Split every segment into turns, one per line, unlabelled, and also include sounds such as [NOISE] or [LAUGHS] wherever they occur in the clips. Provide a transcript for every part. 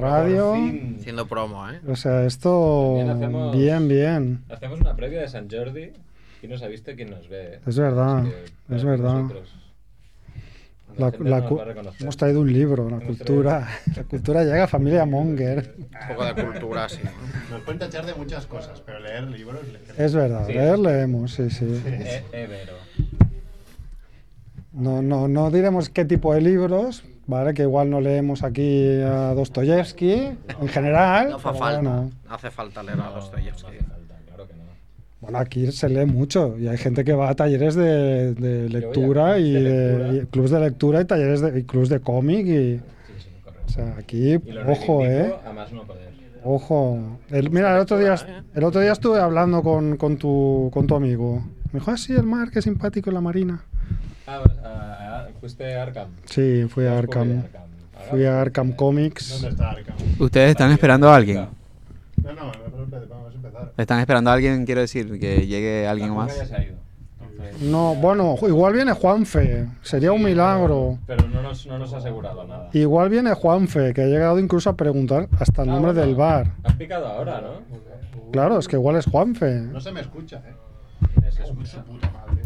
Radio.
Por fin.
Siendo promo, ¿eh?
O sea, esto.
También hacemos-
Bien, bien.
Hacemos una previa de San Jordi. ¿Quién nos ha visto? ¿Quién nos ve? eh.
Es verdad,
Así que,
es
para
verdad.
nosotros. La,
La-
gente
la
no nos
cu-
va a reconocer.
hemos traído un libro, la
Hemos
cultura. [LAUGHS] La cultura llega a familia Monger.
Un poco
Ah.
de cultura,
[LAUGHS]
sí. ¿no?
Nos pueden tachar de muchas cosas, pero leer libros... le-
Es verdad,
Sí.
leer leemos, sí, sí.
E- Evero.
No, no, no diremos qué tipo de libros, ¿vale? Que igual no leemos aquí a Dostoyevsky en general.
No fa
pero
falta.
bueno.
No hace falta leer a los
No hace
Ah,
falta, claro que no.
Bueno, aquí se lee mucho y hay gente que va a talleres de, de lectura
clubs
y,
de
de-
lectura.
y clubs de lectura y talleres de y clubs de cómic y
Sí, sí, correcto.
o sea, aquí
Y lo
ojo, eh.
reivindico A más no poder.
Ojo. El- mira, el otro día
¿eh?
el otro día estuve hablando con, con tu con tu amigo. Me dijo, "Ah, sí, el mar, qué simpático la Marina."
Ah, vas a- a- fuiste a Arkham.
Sí, fui a
Vas por
Arkham.
Ahora
Fui a
vamos
Arkham
ver.
Comics.
¿Dónde está Arkham?
Ustedes están esperando a alguien.
No, no, no, vamos a empezar.
Están esperando a alguien, quiero decir, que llegue alguien
Tampoco ya
más.
se ha ido. Entonces,
No, bueno, igual viene Juanfe. Sería un milagro.
Pero no nos, no nos ha asegurado nada.
Igual viene Juanfe, que ha llegado incluso a preguntar hasta el
Ah,
nombre
bueno.
del bar.
Han picado ahora, ¿no?
Claro, es que igual es Juanfe.
No se me escucha, ¿eh?
Ese es
Con
un-
su puta madre.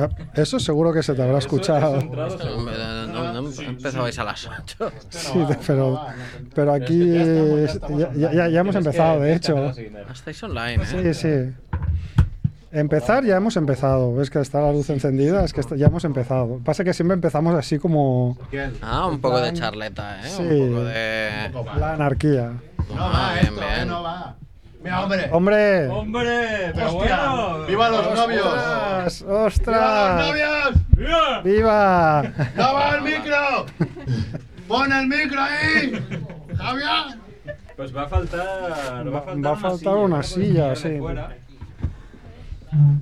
Ah, Eso seguro que se te habrá
Eso-
escuchado.
eso entrado
No,
seguro.
no, no, no
Sí,
empezabais a las 8.
Esto no
Sí,
va,
de-
esto no
pero,
va, no cuenta.
pero aquí
Ya estamos- ya
es-
estamos
ya, ya-
online.
ya- ya hemos
Tienes que-
empezado, de
tienes que
hecho.
hacerlo sin él.
Estáis online,
Sí,
¿eh?
sí. Empezar ya hemos empezado. Ves que está la luz encendida, es que está- ya hemos empezado. Pasa que siempre empezamos así como
Miguel,
Ah, un poco de charleta, ¿eh?
Sí.
Un poco de...
un poco
la
va.
anarquía.
No
Ah,
va
bien,
esto, eh,
bien.
no va. Mira, hombre.
¡Hombre!
¡Hombre! ¡Pero
Hostia,
bueno!
¡Viva los
¡Ostras!
novios! ¡Viva los
¡Ostras!
novios!
¡Viva!
¡Viva!
¡No va el micro! ¡Pon el micro ahí! ¡Javier!
Pues va a faltar. Va a faltar,
va a
una,
faltar
silla,
una
¿no? Porque
silla,
de
sí.
fuera.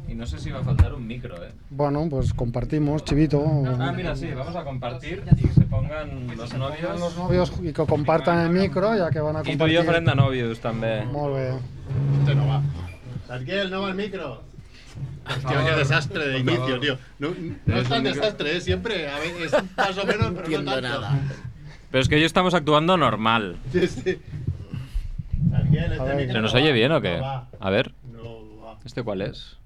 Y no sé si va a faltar un micro, ¿eh?
Bueno, pues compartimos, chivito.
Ah, mira, sí, vamos a compartir y que se pongan los novios.
los novios y que compartan el micro, ya que van a
I tu i jo
compartir.
farem de nòvios, també.
Molt bé.
Este no va. Sarkiel, no va el micro. Hostia, qué desastre de inicio, tío. No, no es tan desastre, ¿eh? siempre. A veces es más o menos, pero no,
entiendo
tanto.
nada.
Pero es que hoy estamos actuando normal.
Sí, sí. Sarkiel, este
ver.
micro
¿Se
no
nos
va.
oye bien o qué?
No va.
A ver,
No va.
¿este cuál es?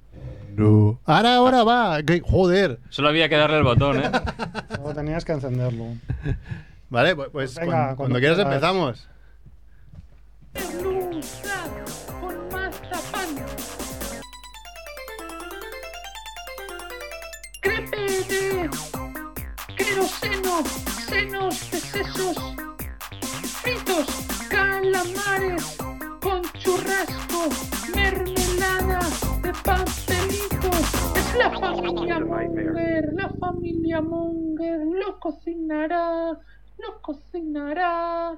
Ahora, ahora va. Que- Joder.
Solo había que darle el botón, [LAUGHS] ¿eh?
Solo tenías que encenderlo.
Vale, pues pues
Venga, cuando
cuan- cuando, quieras
quieras.
empezamos.
Pelusa con mazapán. Crepe de queroseno, senos de sesos, fritos, calamares con churrasco, mermelada de pastelito. Es la familia Munger, la familia Munger lo cocinará, lo cocinará.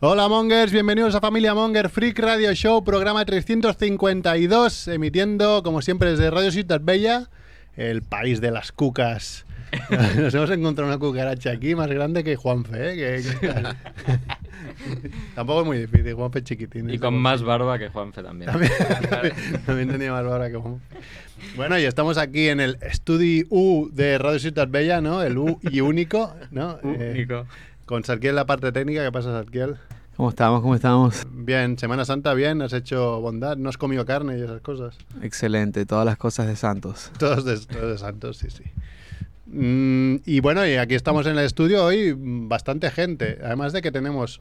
Hola Mongers, bienvenidos a Familia Monger Freak Radio Show, programa 352, emitiendo como siempre desde Radio Ciudad Bella, el país de las cucas. [LAUGHS] Nos hemos encontrado una cucaracha aquí más grande que Juanfe, ¿eh? Que- [LAUGHS] que- Tampoco es muy difícil, Juanfe es chiquitín.
Y con más barba que Juanfe también.
También, [LAUGHS] también tenía más barba que Juanfe. Bueno, y estamos aquí en el Studio U de Radio Ciudad Bella, ¿no? El U y único, ¿no? Eh,
Nico.
con Sarkiel la parte técnica, ¿qué pasa Sarkiel?
¿Cómo estamos? ¿Cómo estamos?
Bien, Semana Santa bien, has hecho bondad, no has comido carne y esas cosas.
Excelente, todas las cosas de Santos.
Todos de, todos de santos, sí, sí. Mm, y bueno, y aquí estamos en el estudio hoy, mm, bastante gente. Además de que tenemos,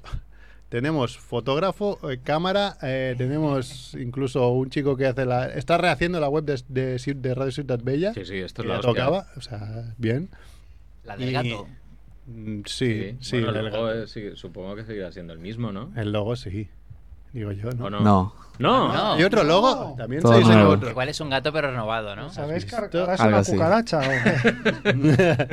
tenemos fotógrafo, eh, cámara, eh, tenemos incluso un chico que hace la... Está rehaciendo la web de, de, Ciu- de Radio Ciudad Bella.
Sí, sí, esto
que
es la
ya
hostia.
tocaba, o sea, bien.
La
del Y- gato. Mm, sí, sí.
bueno,
el, Eh,
el logo,
logo,
eh, sí, supongo que seguirá siendo el mismo, ¿no?
el logo sí, digo yo, ¿no?
¿O no?
No.
¿No?
¿Y otro logo? También
Todo
se diseñó
nuevo.
otro. [LAUGHS]
Igual es un gato pero renovado, ¿no?
¿Sabéis que
visto?
ahora es
Algo
una
así.
cucaracha? o qué?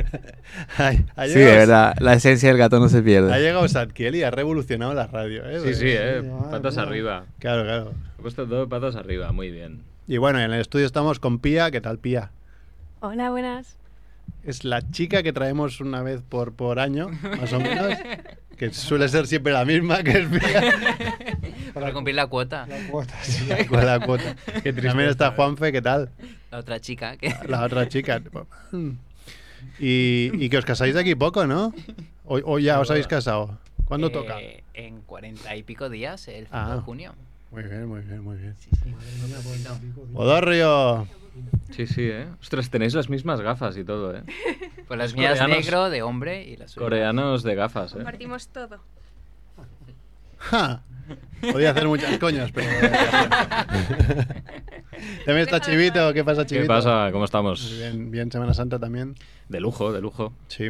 Ay, ha
Sí,
llegado-
de verdad, la esencia del gato no se
Ha
pierde.
llegado Sadkiel y ha revolucionado la radio. ¿eh?
Sí, sí, eh.
Sí, madre
Patas
mía.
arriba.
Claro, claro.
He puesto dos patas arriba, muy bien.
Y bueno, en el estudio estamos con Pía. ¿Qué tal, Pía?
Hola, buenas.
Es la chica que traemos una vez por, por año, más o menos. Que suele ser siempre la misma, que es Pía. [LAUGHS]
Para cumplir la cuota.
La cuota, sí.
Con la cuota.
Qué triste. ¿eh?
También está Juanfe. ¿Qué tal?
La otra chica que...
La otra chica. Y, y que os casáis de aquí poco, ¿no? O, o ya os habéis casado. ¿Cuándo
Eh,
toca?
En cuarenta y pico días, el 5
Ah.
de junio.
Muy bien, muy bien, muy bien.
Sí, sí. poquito.
Odorrio.
Sí, sí, ¿eh? Ostras, tenéis las mismas gafas y [LAUGHS] todo, ¿eh?
Pues las mías
Coreanos.
negro de hombre y las suyas-
Coreanos de gafas, ¿eh?
Compartimos todo.
Ja. Podía hacer muchas coñas, pero. también está Chivito. ¿Qué pasa, Chivito?
¿Qué pasa? ¿Cómo
Muy
estamos?
Bien, bien, Semana Santa también.
De lujo, de lujo.
Sí.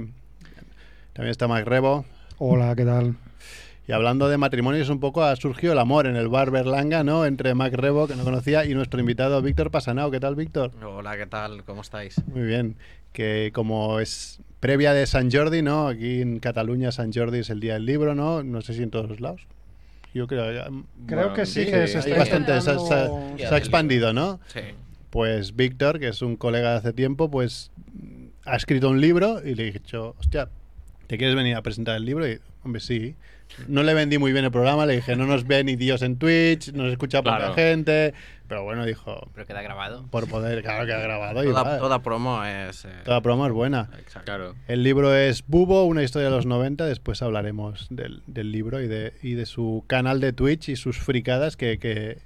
También está Mac Rebo.
Hola, ¿qué tal?
Y hablando de matrimonios, un poco ha surgido el amor en el bar Berlanga, ¿no? Entre Mac Rebo, que no conocía, y nuestro invitado Víctor Pasanao. ¿Qué tal, Víctor?
Hola, ¿qué tal? ¿Cómo estáis?
Muy bien. Que como es previa de San Jordi, ¿no? Aquí en Cataluña, San Jordi es el día del libro, ¿no? No sé si en todos los lados. Yo creo.
Creo
Bueno,
que sí,
sí,
que
sí,
se
hay
está
bastante. Se, ha-
generando-
se ha-
Ya,
se ha
del
expandido, ¿no?
Sí.
Pues Víctor, que es un colega de hace tiempo, pues ha escrito un libro y le he dicho, hostia, ¿te quieres venir a presentar el libro? Y, hombre, sí. No le vendí muy bien el programa, le dije, no nos ve ni Dios en Twitch, nos escucha
Claro.
poca gente, pero bueno, dijo,
Pero queda
[LAUGHS]
grabado.
por poder, claro que ha grabado y va.
Toda, toda promo es. eh,
Toda promo es buena.
Exacto.
Claro.
El libro es Bubo, una historia de los 90. Después hablaremos del, del libro y de, y de su canal de Twitch y sus fricadas que, que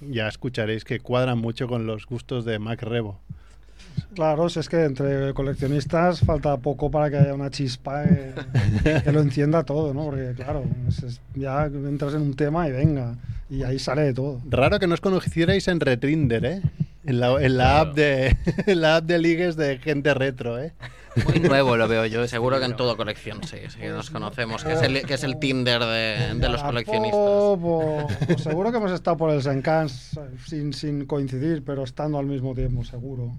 ya escucharéis que cuadran mucho con los gustos de Mac Rebo.
Claro, si es que entre coleccionistas falta poco para que haya una chispa eh,
[LAUGHS]
que, lo encienda todo, ¿no? Porque claro, es- es- ya entras en un tema y venga, y ahí sale de todo.
Raro que no os conocierais en Retrinder, ¿eh? En la, en la
Claro.
app de, [LAUGHS] en la app de ligues de gente retro, ¿eh?
Muy nuevo lo veo yo. este
Seguro que en
libro.
todo colección, sí. sí
Pues
nos conocemos, que es el, que es el Tinder de, de los
Ah,
coleccionistas.
po- po- pues seguro que hemos estado por el Sencans eh, sin, sin coincidir, pero estando al mismo tiempo, seguro.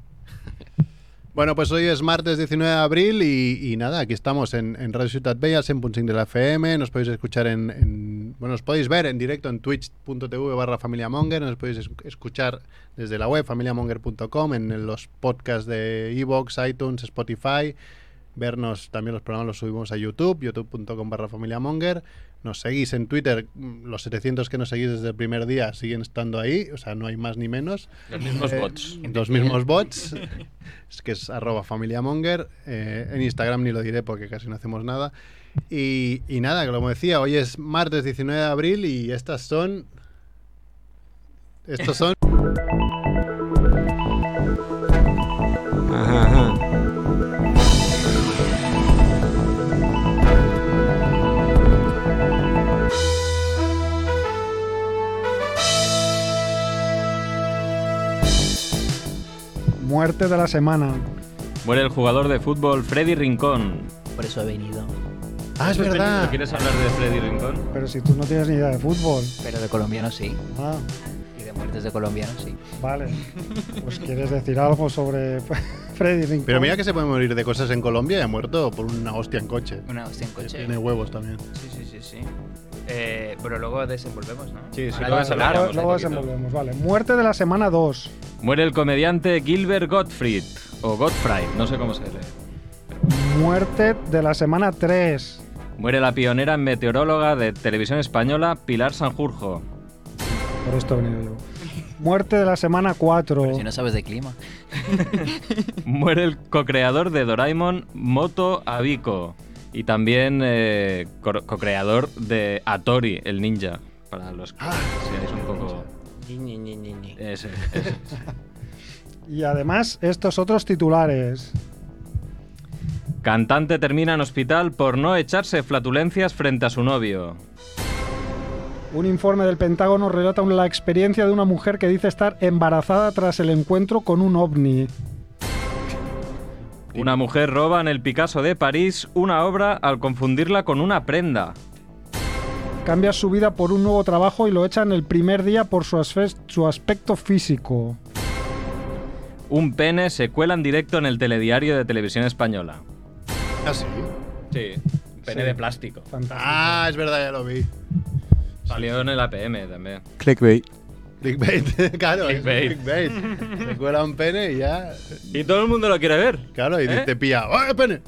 Bueno, pues hoy es martes 19 de abril y, y nada, aquí estamos en, en Radio Ciudad Bella, 100.5 de la FM, nos podéis escuchar en, en- bueno, os podéis ver en directo en twitch.tv barra Familia Monger, nos podéis es- escuchar desde la web familiamonger.com, en, en los podcasts de Evox, iTunes, Spotify, vernos también los programas los subimos a YouTube, youtube.com barra Familia Monger, nos seguís en Twitter, mm, los 700 que nos seguís desde el primer día siguen estando ahí, o sea, no hay más ni menos.
Los mismos
Eh,
bots.
Los mismos bots. Es que es arroba familiamonger. eh, en Instagram ni lo diré porque casi no hacemos nada. Y, y nada, que como decía, hoy es martes 19 de abril y estas son... Estos son...
Ajá, ajá.
Muerte de la semana.
Muere el jugador de fútbol Freddy Rincón.
Por eso he venido.
Ah, es verdad.
¿Quieres hablar de Freddy Rincón?
Pero si tú no tienes ni idea de fútbol.
Pero de colombianos sí.
Ah,
Y de muertes de colombianos sí.
vale. Pues quieres decir algo sobre [LAUGHS] Freddy Rincón.
Pero mira que se puede morir de cosas en Colombia y ha muerto por una hostia en coche.
Una hostia en coche.
Tiene huevos también.
Sí, sí, sí, sí. Eh, pero luego desenvolvemos, ¿no?
Sí, sí,
Ahora
luego
lo
desarrollamos.
Luego,
hablamos.
luego
un poquito.
desenvolvemos, vale. Muerte de la semana 2.
Muere el comediante Gilbert Gottfried. O Gottfried, no sé cómo se lee.
Muerte de la semana 3.
Muere la pionera meteoróloga de televisión española Pilar Sanjurjo. [LAUGHS]
Por esto he venido yo. Muerte de la semana 4.
Si no sabes de clima.
Muere el co-creador de Doraemon, Moto Abiko. Y también eh, co- co-creador de Atori, el ninja. Para los que seáis un poco.
Ñi, Ñi, Ñi, Ñi, Ñi.
Ese, ese.
Y además, estos otros titulares.
Cantante termina en hospital por no echarse flatulencias frente a su novio.
Un informe del Pentágono relata un- la experiencia de una mujer que dice estar embarazada tras el encuentro con un ovni.
Una mujer roba en el Picasso de París una obra al confundirla con una prenda.
Cambia su vida por un nuevo trabajo y lo echan el primer día por su, asfe- su aspecto físico.
Un pene se cuela en directo en el telediario de televisión española.
Ah, sí.
Sí, pene
Sí.
de plástico.
Fantástico.
Ah, es verdad, ya lo vi.
Salió en el APM también.
Clickbait.
Clickbait. [LAUGHS] claro, es
Clickbait.
clickbait. Se cuela un pene y ya...
Y todo el mundo lo quiere ver.
Claro, y
¿Eh?
te pilla. ¡Ay, pene!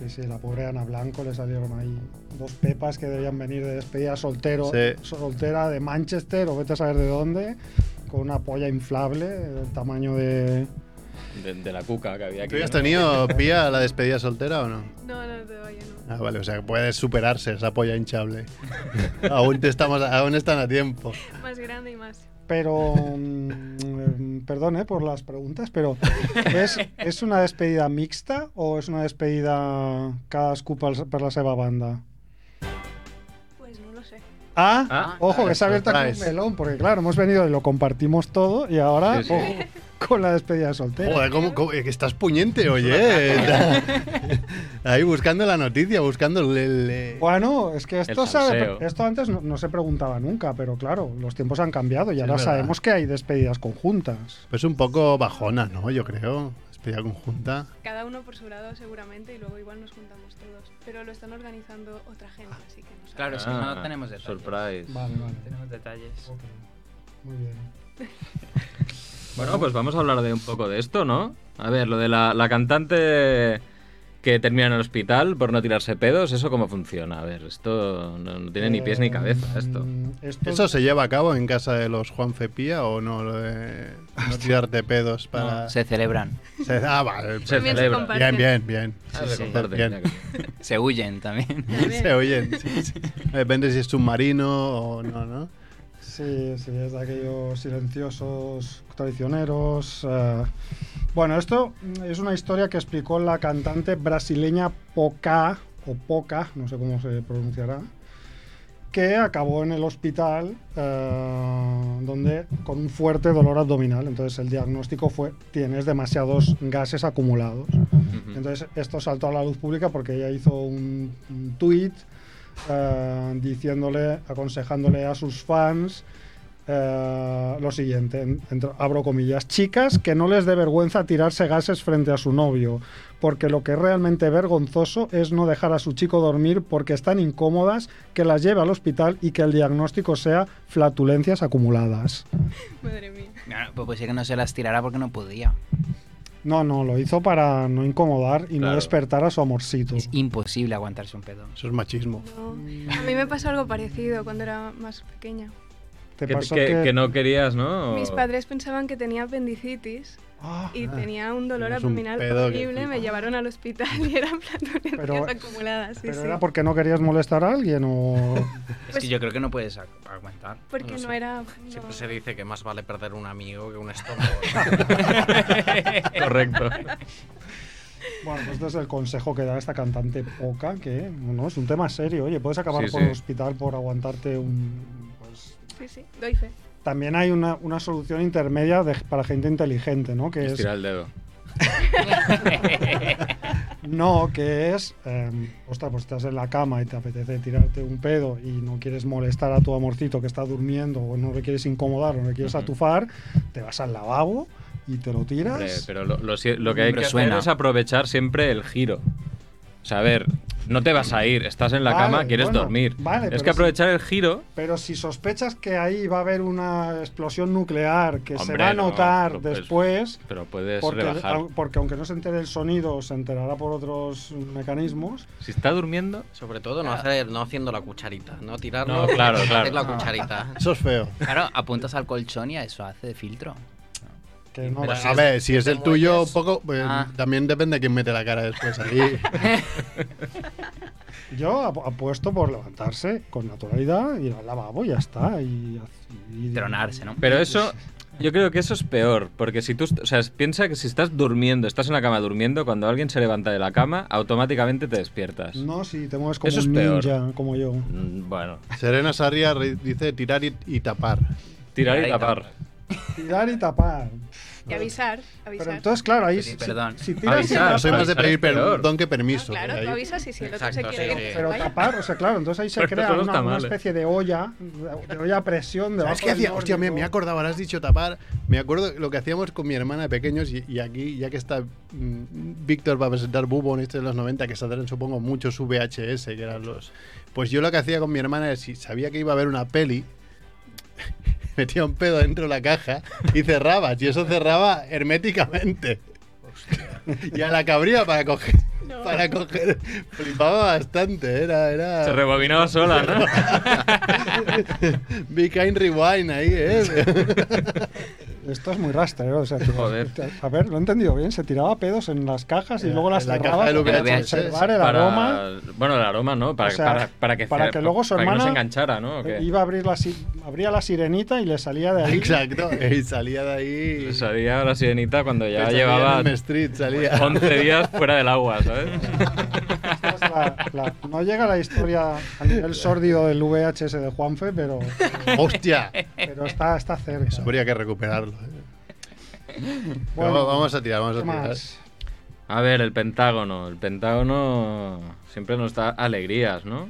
Sí, sí, la pobre Ana Blanco le salieron ahí dos pepas que debían venir de despedida soltero,
Sí.
soltera de Manchester o vete a saber de dónde, con una polla inflable del tamaño de,
de, de la cuca que había aquí.
¿Tú ya has
¿no?
tenido pía la despedida soltera o no?
No, no, todavía no.
Ah, vale, o sea, puedes superarse esa
[LAUGHS]
polla hinchable. aún, te estamos, aún están a tiempo.
Más grande y más.
Pero, mm, perdón eh, por las preguntas, pero ¿es, ¿es una despedida mixta o es una despedida cada escupa per la seva banda?
Pues no lo sé.
Ah,
Ah,
ojo, que
es
se ha abierto aquí un
surprise.
melón, porque claro, hemos venido y lo compartimos todo y ahora,
Sí, sí.
ojo, con la despedida soltera.
Joder, ¿cómo- cómo- eh, que estás puñente, oye.
[LAUGHS]
Ahí buscando la noticia, buscando el. el- eh.
Bueno, es que esto,
El
sabe,
salseo.
esto antes no, no se preguntaba nunca, pero claro, los tiempos han cambiado y ahora
verdad.
sabemos que hay despedidas conjuntas.
Pues un poco bajona, ¿no? Yo creo. Despedida conjunta.
Cada uno por su lado seguramente y luego igual nos juntamos todos. Pero lo están organizando otra gente, así que no sé.
Claro, es que
Ah,
no tenemos detalles.
Surprise.
Vale, vale.
No tenemos detalles.
Muy bien.
Bueno, pues vamos a hablar de un poco de esto, ¿no? A ver, lo de la, la cantante que termina en el hospital por no tirarse pedos, ¿eso cómo funciona? A ver, esto no, no tiene ni pies
Eh,
ni cabeza, esto.
Mm,
Pues
esto-
¿Eso se lleva a cabo en casa de los Juan Fepía o no? Lo de no tirarte pedos para.
Se celebran.
se- Ah, vale.
Se
También se
celebra.
comparte.
Bien, bien, bien.
Ah,
Sí,
se
sí.
comparte,
Bien.
mira que bien.
Se
[LAUGHS]
huyen también.
Se oyen. sí, sí. Depende si es submarino o no, ¿no?
Sí, sí, es de aquellos silenciosos traicioneros. eh. Bueno, esto mm, es una historia que explicó la cantante brasileña Poca, o Poca, no sé cómo se pronunciará, que acabó en el hospital eh, donde con un fuerte dolor abdominal. Entonces el diagnóstico fue tienes demasiados gases acumulados.
Ujú.
Entonces esto saltó a la luz pública porque ella hizo un, un tweet eh, diciéndole, aconsejándole a sus fans eh, lo siguiente, en- entro- abro comillas, chicas que no les dé vergüenza tirarse gases frente a su novio, porque lo que es realmente vergonzoso es no dejar a su chico dormir porque están incómodas, que las lleve al hospital y que el diagnóstico sea flatulencias acumuladas.
Madre mía.
No, no, pues puede ser que no se las tirara porque no podía.
No, no, lo hizo para no incomodar y no
Claro.
despertar a su amorcito.
Es imposible aguantarse un pedo.
Eso es machismo.
No. A mí me pasó algo parecido cuando era más pequeña.
¿Te
Que,
pasó
que-
que-
que no querías, ¿no?
Mis padres pensaban que tenía apendicitis
Ah,
y tenía un dolor
Tenías un
abdominal
pedo que
horrible. Me
flipas.
llevaron al hospital y eran
Pero-
flatulencias acumuladas. Sí,
¿Pero
sí.
era porque no querías molestar a alguien o...?
es que yo creo que no puedes ac- aguantar.
Porque no era.
Siempre
no-
se dice que más vale perder un amigo que un estómago.
[LAUGHS] Correcto.
Bueno, pues este es el consejo que da esta cantante poca, que no, es un tema serio. Oye, puedes acabar
Sí,
por
sí.
el hospital por aguantarte un... pues,
Sí, sí, doy fe.
También hay una, una solución intermedia de- para gente inteligente, ¿no? Que es,
Estirar el dedo.
no, que es, eh, ostras, pues estás en la cama y te apetece tirarte un pedo y no quieres molestar a tu amorcito que está durmiendo o no le quieres incomodar o no le quieres
Ujú.
atufar, te vas al lavabo y te lo tiras.
Hombre, pero lo, lo si- lo que hay
Pero
que hacer
suena.
es aprovechar siempre el giro. O sea, a ver, no te vas a ir, estás en la
Vale,
cama, quieres
bueno,
dormir.
vale,
es
pero
que
si-
aprovechar el giro.
Pero si sospechas que ahí va a haber una explosión nuclear que se
Hombre,
va a
no,
notar
no, pues,
después,
Pero puedes
porque,
rebajar.
au- porque aunque no se entere el sonido, se enterará por otros mecanismos.
Si está durmiendo.
Sobre todo no, hacer, no haciendo la cucharita, no
No,
tirarlo.
claro,
hacer
claro.
la cucharita.
Eso es feo.
Claro, apuntas al colchón y a eso hace de filtro.
Que no,
Pero
va-
si
A
es-
ver, si
si
es
te
el tuyo,
mueres-
poco. pues,
Ah.
También depende de quién mete la cara después ahí.
yo ap- apuesto por levantarse con naturalidad, ir al lavabo y ya está. Y, y-
Tronarse, ¿no?
Pero eso. Yo creo que eso es peor, porque si tú, est- o sea, piensa que si estás durmiendo, estás en la cama durmiendo, cuando alguien se levanta de la cama, automáticamente te despiertas.
No, si te mueves como
Eso es
un
peor.
ninja, como yo.
Mm, Bueno,
Serena Sarria re- dice tirar y, y tapar.
tirar y
Ahí
tapar.
Tirar y tapar.
Y avisar, avisar.
Pero entonces, claro, ahí
Sí,
si,
perdón.
si tiras y
Avisar,
tapas-
No soy más de
avisar
pedir
es peor.
perdón que
Ah,
permiso. eh,
claro,
Ahí-
tú avisas y si el otro
Exacto,
se quiere
sí,
ir,
sí.
Pero
vaya.
tapar, o sea, claro, entonces ahí se
Pero
crea
todos
una, una
tamales.
especie de olla, de de olla a presión debajo
¿Sabes qué
del
hacía? Hostia, me,
nórdico.
me acordaba, ahora has dicho tapar. Me acuerdo lo que hacíamos con mi hermana de pequeños y, y aquí, ya que está mm, Víctor va a presentar Bubo en este de los 90, que saldrán supongo muchos VHS, que eran los... Pues yo lo que hacía con mi hermana es, si sabía que iba a haber una peli, [LAUGHS] metía un pedo dentro de la caja y cerraba, y eso cerraba herméticamente. [LAUGHS] Y a la cabría para coger...
No.
Para coger... Flipaba bastante, era... era...
Se rebobinaba sola, ¿no?
Be kind rewind ahí, ¿eh?
Esto es muy rastrero. O sea, tío,
Joder.
A ver, lo he entendido bien. Se tiraba pedos en las cajas y
En
luego
la-
las
en la
cerraba
caja del
para
VHS,
conservar el
Para-
aroma.
Bueno, el aroma, ¿no? Para,
O sea,
para, que,
para
cer-
que luego su
para no se
hermana-
enganchara, ¿no? ¿O qué?
Eh, Iba a abrir la, si- abría la sirenita y le salía de ahí.
[LAUGHS] Exacto. Y salía de ahí.
Salía la sirenita cuando ya
Salía
llevaba
en M Street, salía.
11 días fuera del agua, ¿sabes?
Esta es la- la- no llega la historia al nivel sórdido del VHS de Juanfe, pero,
¡Hostia!
pero está, está cerca.
Eso habría que recuperarlo. ¿eh?
Bueno,
Pero vamos a tirar, vamos a
¿qué
tirar.
más?
[LAUGHS] A ver, el Pentágono. El Pentágono siempre nos da alegrías, ¿no?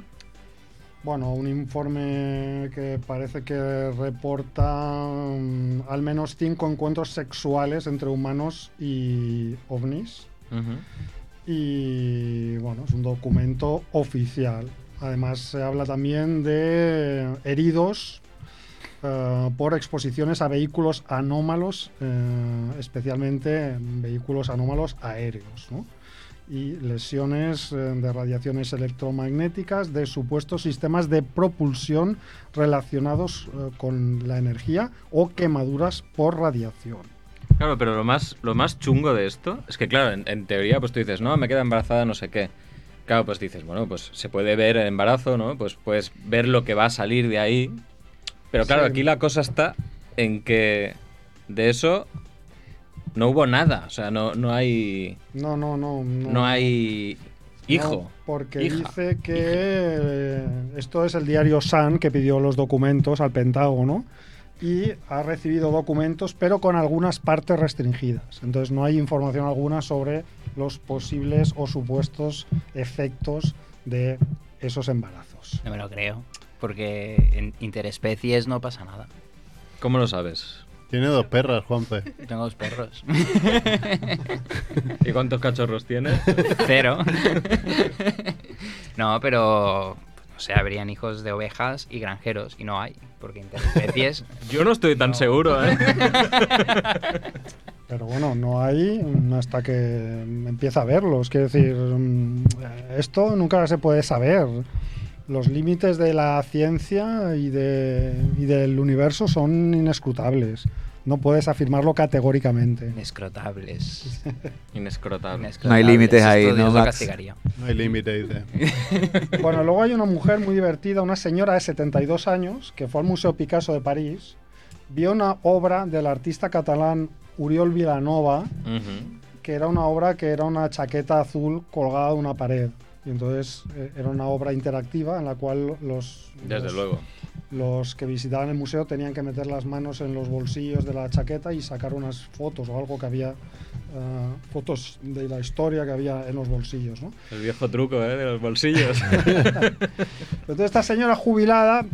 Bueno, un informe que parece que reporta mm, al menos cinco encuentros sexuales entre humanos y ovnis.
Ujú.
Y bueno, es un documento oficial. Además, se habla también de heridos eh, por exposiciones a vehículos anómalos, eh, especialmente vehículos anómalos aéreos, ¿no? y lesiones eh, de radiaciones electromagnéticas de supuestos sistemas de propulsión relacionados eh, con la energía o quemaduras por radiación.
Claro, pero lo más, lo más chungo de esto es que, claro, en, en teoría, pues tú dices, no, me queda embarazada, no sé qué. Claro, pues dices, bueno, pues se puede ver el embarazo, ¿no? Pues puedes ver lo que va a salir de ahí. Pero claro,
Sí.
aquí la cosa está en que de eso no hubo nada. O sea, no, no hay.
No, no, no. No,
No hay. Hijo.
No, porque
hija.
dice que eh, esto es el diario Sun que pidió los documentos al Pentágono y ha recibido documentos, pero con algunas partes restringidas. Entonces no hay información alguna sobre los posibles o supuestos efectos de esos embarazos.
No me lo creo. Porque en interespecies no pasa nada.
¿Cómo lo sabes?
Tiene dos perras, Juanpe.
Tengo
[LAUGHS]
dos perros.
¿Y cuántos
[LAUGHS]
cachorros tienes?
Cero. no, pero. No sé, habrían hijos de ovejas y granjeros. Y no hay. Porque interespecies.
Yo no estoy [LAUGHS] tan seguro,
[LAUGHS]
¿eh?
Pero bueno, no hay mm, hasta que mm, empieza a verlos. Quiero decir, mm, esto nunca se puede saber. Los límites de la ciencia y, de- y del universo son inescrutables. No puedes afirmarlo categóricamente.
[LAUGHS] [LAUGHS] inescrotables.
Inescrotable.
Inescrotables.
límites ahí,
Esto
¿no,
Dios lo
Max?
castigaría.
No hay límite, dice.
[LAUGHS]
Bueno, luego hay una mujer muy divertida, una señora de 72 años, que fue al Museo Picasso de París, vio una obra del artista catalán Uriol Vilanova,
Ujú.
que era una obra que era una chaqueta azul colgada de una pared. Y entonces eh, era una obra interactiva en la cual los,
Desde
los-
luego.
los que visitaban el museo tenían que meter las manos en los bolsillos de la chaqueta y sacar unas fotos o algo que había, eh, fotos de la historia que había en los bolsillos. ¿no?
El viejo truco, ¿eh? De
[LAUGHS]
los bolsillos.
Entonces esta señora jubilada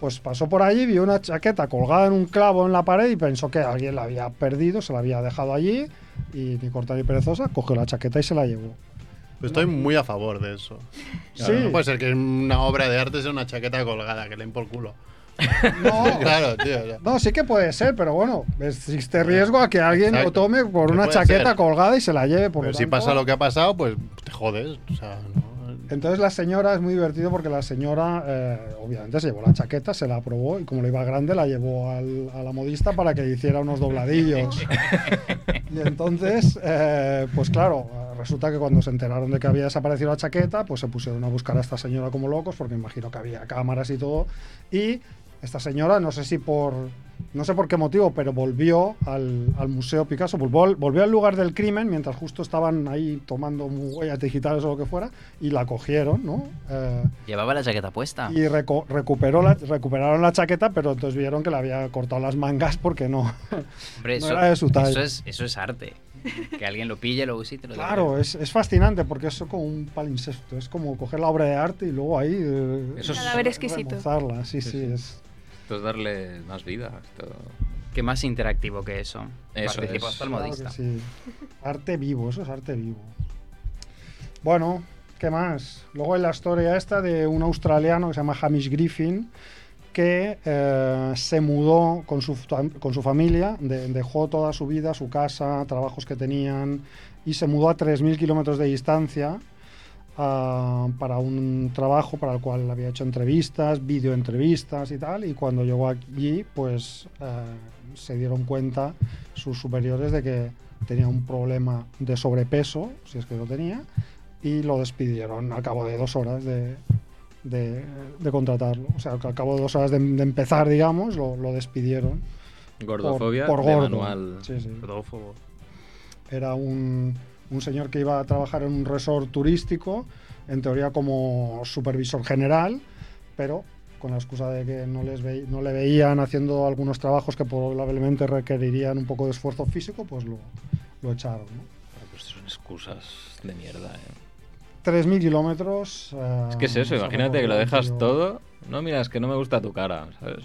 pues pasó por allí, vio una chaqueta colgada en un clavo en la pared y pensó que alguien la había perdido, se la había dejado allí y ni corta ni perezosa, cogió la chaqueta y se la llevó.
Pues estoy muy a favor de eso. Claro,
Sí.
No puede ser que una obra de arte sea una chaqueta colgada, que le den por culo.
No, [LAUGHS]
[LAUGHS] Claro, tío. ya.
No, sí que puede ser, pero bueno, existe riesgo a que alguien
Exacto.
lo tome por
Que
una
puede
chaqueta
ser.
colgada y se la lleve. Por
Pero
lo
si
tanto,
pasa lo que ha pasado, pues te jodes. O sea, no.
Entonces la señora es muy divertido porque la señora, eh, obviamente, se llevó la chaqueta, se la probó y como le iba grande, la llevó al- a la modista para que le hiciera unos dobladillos.
[LAUGHS]
y entonces, eh, pues claro, eh, resulta que cuando se enteraron de que había desaparecido la chaqueta, pues se pusieron a buscar a esta señora como locos porque imagino que había cámaras y todo. Y esta señora, no sé si por. No sé por qué motivo, pero volvió al, al Museo Picasso, volvó, al- volvió al lugar del crimen mientras justo estaban ahí tomando huellas digitales o lo que fuera, y la cogieron, ¿no? Eh,
Llevaba la chaqueta puesta.
y reco- recuperó la, recuperaron la chaqueta, pero entonces vieron que le había cortado las mangas porque no.
Hombre,
no
eso,
era de su talla.
eso es, eso es arte. Que alguien lo pille, lo use y te lo devuelva.
Claro, es, es fascinante porque es como un palincesto, es como coger la obra de arte y luego ahí. eh,
Eso es-
Cadáver exquisito.
remozarla, sí, sí, es.
Esto es darle más vida. Esto...
¿Qué más interactivo que eso?
Eso
Participó
es.
hasta el
claro
modista.
que sí. Arte vivo, eso es arte vivo. Bueno, ¿qué más? Luego hay la historia esta de un australiano que se llama Hamish Griffin que eh, se mudó con su, fam- con su familia, de- dejó toda su vida, su casa, trabajos que tenían, y se mudó a 3.000 kilómetros de distancia ah, para un trabajo para el cual había hecho entrevistas, videoentrevistas y tal, y cuando llegó allí, pues eh, se dieron cuenta sus superiores de que tenía un problema de sobrepeso, si es que lo tenía, y lo despidieron al cabo de dos horas de, de, de contratarlo. O sea, que al cabo de dos horas de, de empezar, digamos, lo, lo despidieron.
Gordofobia
por
de
gordo.
manual.
Sí, sí.
Rodolfo.
Era un, un señor que iba a trabajar en un resort turístico, en teoría como supervisor general, pero con la excusa de que no, les vei- no le veían haciendo algunos trabajos que probablemente requerirían un poco de esfuerzo físico, pues lo, lo echaron. ¿no?
Pues son excusas de mierda, eh.
3.000 kilómetros. eh,
Es que es eso,
más o
imagínate
menos,
que lo
¿no?
dejas
Pero-
todo. No, mira, es que no me gusta tu cara, ¿sabes?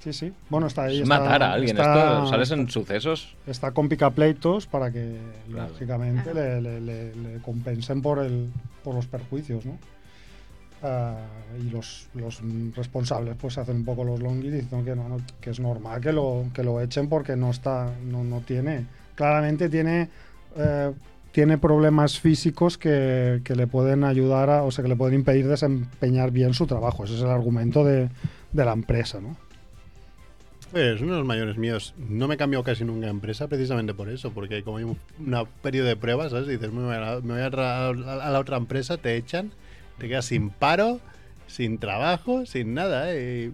Sí, sí. Bueno, está ahí.
Es
está-
matar a alguien.
está-
Esto sales en sucesos.
está con picapleitos para que,
Claro.
lógicamente, le, le- le- le compensen por, el, por los perjuicios, ¿no? Ah, y los, los mm, responsables pues se hacen un poco los longis diciendo que, no, no, que es normal que lo, que lo echen porque no está no, no tiene claramente tiene eh, tiene problemas físicos que, que le pueden ayudar a, o sea que le pueden impedir desempeñar bien su trabajo ese es el argumento de, de la empresa ¿no?
Pues uno de los mayores míos. No me he cambiado casi nunca de empresa precisamente por eso, porque como hay un una periodo de pruebas, ¿sabes? Dices, me voy, a, la- me voy a ra- a la otra empresa, te echan, te quedas sin paro, sin trabajo, sin nada. ¿eh?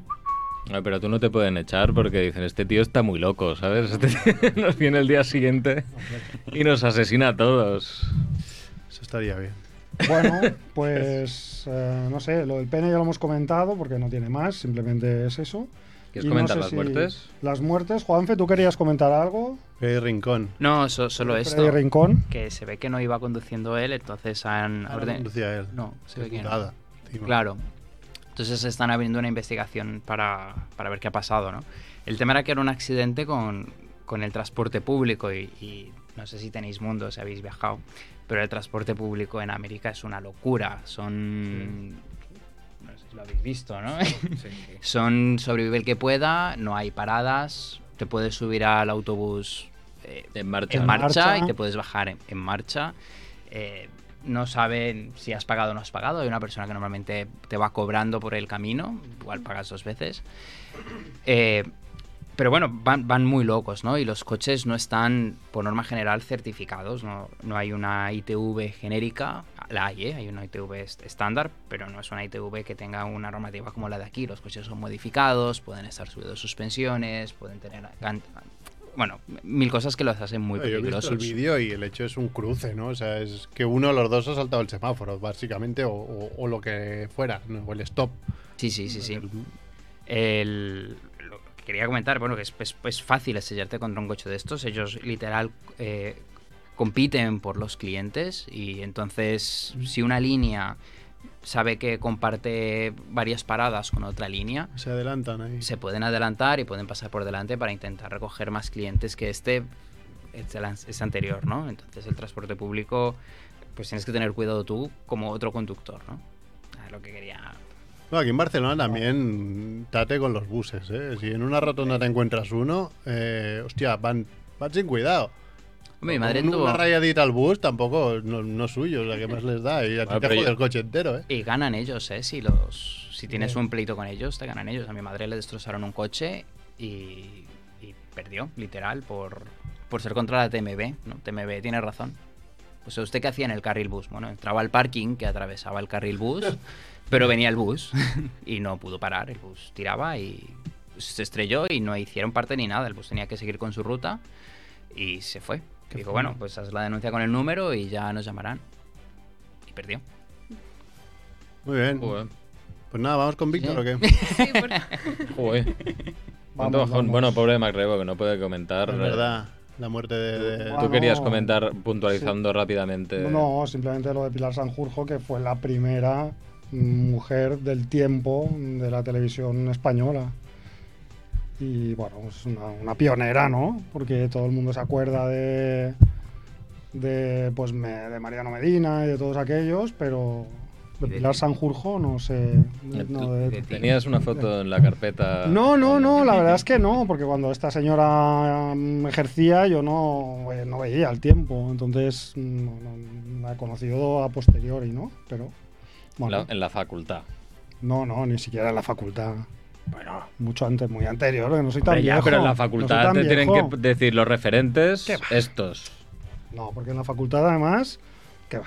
Y
Ay, pero tú no te pueden echar porque dicen, este tío está muy loco, ¿sabes? [LAUGHS] Este tío nos viene el día siguiente y nos asesina a todos.
eso estaría bien.
[LAUGHS]
Bueno, pues eh, no sé, lo del pene ya lo hemos comentado porque no tiene más, simplemente es eso.
¿Quieres
Y no
comentar
sé
las
si-
muertes?
Las muertes, Juanfe, ¿tú querías comentar algo?
Freddy Rincón.
No, so- solo
Freddy
esto.
Rincón.
Que se ve que no iba conduciendo él, entonces han
Ah, no
orden-
conducía él.
No, se
Qué
ve que no.
putada, encima.
Claro. Entonces están abriendo una investigación para, para ver qué ha pasado, ¿no? El tema era que era un accidente con, con el transporte público y, y no sé si tenéis mundo, si habéis viajado, pero el transporte público en América es una locura. Son... No sé si lo habéis visto, ¿no? [LAUGHS] Son sobrevive el que pueda, no hay paradas, te puedes subir al autobús eh,
En marcha.
en
mar-
marcha,
marcha.
y te puedes bajar en, en marcha. Eh, no saben si has pagado o no has pagado. Hay una persona que normalmente te va cobrando por el camino, igual pagas dos veces. Eh, pero bueno, van, van muy locos, ¿no? Y los coches no están, por norma general, certificados. No, no hay una ITV genérica. La hay, ¿eh? Hay una ITV est- estándar, pero no es una ITV que tenga una normativa como la de aquí. Los coches son modificados, pueden estar subidos suspensiones, pueden tener... gan- Bueno, mil cosas que los hacen muy
Ah, Yo he visto
peligrosos.
el vídeo y el hecho es un cruce, ¿no? O sea, es que uno de los dos ha saltado el semáforo, básicamente, o, o- o lo que fuera, ¿no? o el stop.
Sí, sí, sí, sí. El, lo que quería comentar, bueno, que es, es- es fácil estrellarte contra un coche de estos. Ellos literal eh, compiten por los clientes y entonces si una línea sabe que comparte varias paradas con otra línea,
Se adelantan ahí.
se pueden adelantar y pueden pasar por delante para intentar recoger más clientes que este, este, lan- este anterior, ¿no? Entonces el transporte público, pues tienes que tener cuidado tú como otro conductor, ¿no? Ah, Lo que quería
No, aquí en Barcelona también tate con los buses, ¿eh? Si en una rotonda te encuentras uno, eh, hostia, van, van sin cuidado.
Mi madre
Un-
tuvo...
Una rayadita al bus tampoco, no, no es suyo, la que más les da. Y a ti
Bueno,
te
pero
jode
yo-
el coche entero, ¿eh?
Y ganan ellos, ¿eh? Si, los, si tienes un pleito con ellos, te ganan ellos. A mi madre le destrozaron un coche y, y perdió, literal, por, por ser contra la TMB. ¿no? TMB tiene razón. Pues usted qué hacía en el carril bus. Bueno, entraba al parking que atravesaba el carril bus, pero venía el bus [LAUGHS] y no pudo parar. El bus tiraba y se estrelló y no hicieron parte ni nada. El bus tenía que seguir con su ruta y se fue.
Qué
Digo,
feo.
bueno, pues haz la denuncia con el número y ya nos llamarán. Y perdió.
Muy bien.
Joder,
Pues nada, vamos con Víctor,
Sí.
¿o qué?
Sí, por-
[LAUGHS]
joder. Cuánto
Vamos,
bajón.
vamos.
Bueno, pobre Macrebo, que no puede comentar.
Es verdad, la muerte de... de-
Tú
Bueno.
querías comentar puntualizando rápidamente.
No, simplemente lo de Pilar Sanjurjo, que fue la primera mm, mujer del tiempo de la televisión española. Y bueno, es una, una pionera, ¿no? Porque todo el mundo se acuerda de, de, pues, me- de Mariano Medina y de todos aquellos, pero de
Y de
Pilar
ti.
Sanjurjo no sé. no, de-
de ti.
Tenías una foto en la carpeta.
no, no, no, la verdad es que no, porque cuando esta señora mm, ejercía yo no, eh, no veía el tiempo, entonces mm, no, no- la he conocido a posteriori, ¿no? Pero. Bueno,
La- en la facultad.
No, no, ni siquiera en la facultad. Bueno, mucho antes, muy anterior, que no soy tan
Hombre, ya,
viejo.
pero en la
no soy
facultad
tan
te tienen
viejo.
que decir los referentes,
¿Qué va?
estos.
No, porque en la facultad además, que va.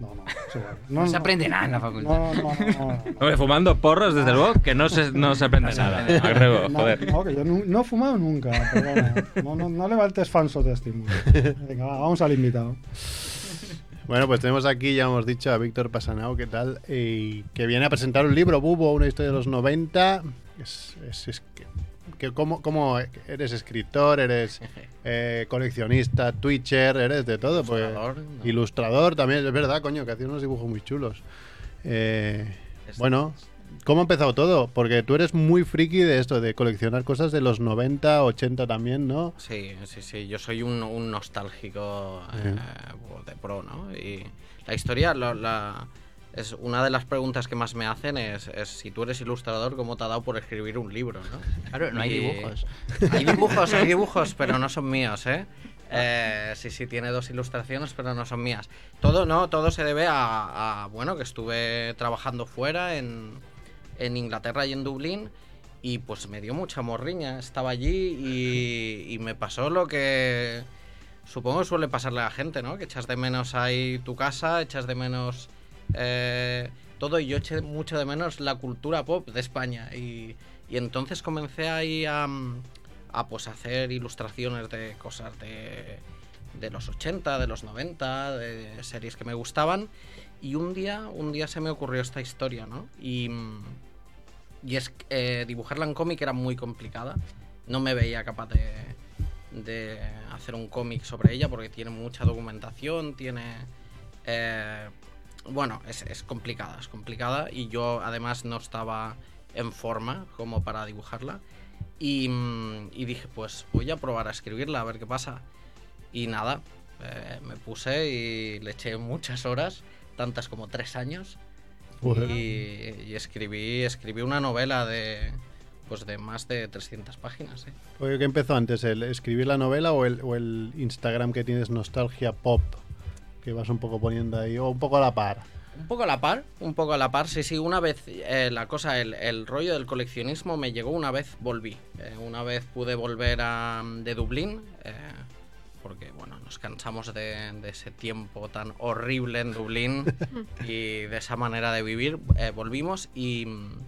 No, no, es
[LAUGHS]
igual. no,
No se
no,
aprende nada en la facultad.
No, no, no, no.
Hombre, fumando porros, desde luego, que no se, no se aprende nada. Agrego,
No,
joder.
no, que yo nu- no he fumado nunca. perdona. No, no, no levantes falso
[LAUGHS]
testimonio. Venga, va, vamos al invitado.
Bueno, pues tenemos aquí, ya hemos dicho, a Víctor Pasanao, ¿qué tal? Y que viene a presentar un libro, Bubo, una historia de los 90. Es, es- es que, que ¿cómo, cómo eres escritor,
[LAUGHS]
eres eh, coleccionista, twitcher, eres de todo? Pues,
Ilustrador, no.
Ilustrador también, es verdad, coño, que hacías unos dibujos muy chulos. Eh,
Es-
bueno, ¿cómo ha empezado todo? Porque tú eres muy friki de esto, de coleccionar cosas de los 90, 80 también, ¿no?
Sí, sí, sí. Yo soy un, un nostálgico eh, de pro, ¿no? Y la historia, la, la- es una de las preguntas que más me hacen es, es si tú eres ilustrador, ¿cómo te ha dado por escribir un libro, no?
Claro, no hay
Y-
dibujos.
Hay dibujos, hay dibujos, pero no son míos, ¿eh? Eh, sí, sí, tiene dos ilustraciones, pero no son mías. Todo, no, todo se debe a, a, bueno, que estuve trabajando fuera en, en Inglaterra y en Dublín y pues me dio mucha morriña. Estaba allí y, y me pasó lo que supongo suele pasarle a la gente, ¿no? Que echas de menos ahí tu casa, echas de menos eh, todo y yo eché mucho de menos la cultura pop de España y, y entonces comencé ahí a, mm, a pues hacer ilustraciones de cosas de, de los 80, de los 90, de series que me gustaban y un día, un día se me ocurrió esta historia, ¿no? Y... mm, y es que, eh, dibujarla en cómic era muy complicada. No me veía capaz de, de hacer un cómic sobre ella porque tiene mucha documentación, tiene... eh, bueno, es, es complicada, es complicada y yo además no estaba en forma como para dibujarla. Y, mm, y dije, pues voy a probar a escribirla, a ver qué pasa. Y nada, eh, me puse y le eché muchas horas, tantas como tres años. Y, y escribí, escribí una novela de pues de más de 300 páginas. ¿eh?
Oye, ¿qué empezó antes? ¿El escribir la novela o el, o el Instagram que tienes nostalgia pop? Que vas un poco poniendo ahí, o un poco a la par.
Un poco a la par, un poco a la par. Sí, sí, una vez eh, la cosa, el, el rollo del coleccionismo me llegó una vez volví. Eh, una vez pude volver a, de Dublín, eh, porque bueno, nos cansamos de, de ese tiempo tan horrible en Dublín y de esa manera de vivir. Eh, volvimos y mm,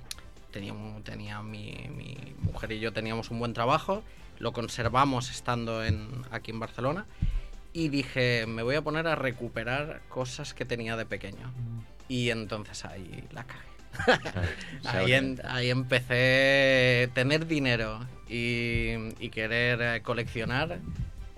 tenía, un- tenía mi, mi mujer y yo teníamos un buen trabajo, lo conservamos estando en, aquí en Barcelona. Y dije, me voy a poner a recuperar cosas que tenía de pequeño. Y entonces ahí la cagué. ahí, en- ahí empecé a tener dinero y, y querer eh, coleccionar.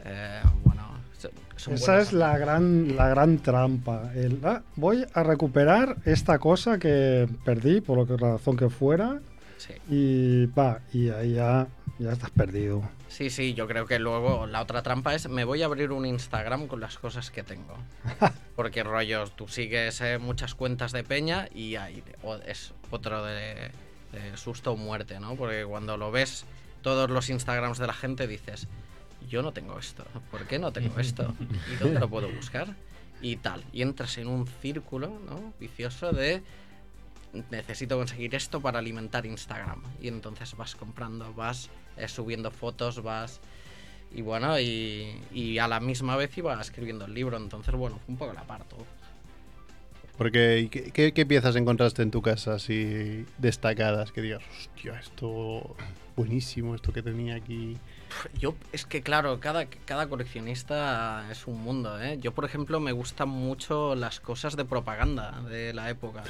eh, bueno, son- son
Esa
buenos
es la gran, la gran trampa. El, ah, voy a recuperar esta cosa que perdí, por lo que razón que fuera,
amigos. Sí.
y va, y ahí ya, ya estás perdido.
Sí, sí, yo creo que luego la otra trampa es me voy a abrir un Instagram con las cosas
[LAUGHS]
que tengo. Porque rollos, tú sigues eh, muchas cuentas de peña y ahí o- es otro de, de susto o muerte, ¿no? Porque cuando lo ves todos los Instagrams de la gente dices, yo no tengo esto, ¿por qué no tengo esto? ¿Y dónde lo puedo buscar? Y tal, y entras en un círculo, ¿no? Vicioso de necesito conseguir esto para alimentar Instagram. Y entonces vas comprando, vas eh, subiendo fotos, vas... Y bueno, y, y a la misma vez iba escribiendo el libro, entonces bueno, fue un poco la parto.
Porque, ¿y ¿qué, qué, qué piezas encontraste en tu casa así destacadas? Que digas, hostia, esto buenísimo, esto que tenía aquí.
Yo, es que claro, cada, cada coleccionista es un mundo, ¿eh? Yo, por ejemplo, me gustan mucho las cosas de propaganda de la [LAUGHS] época.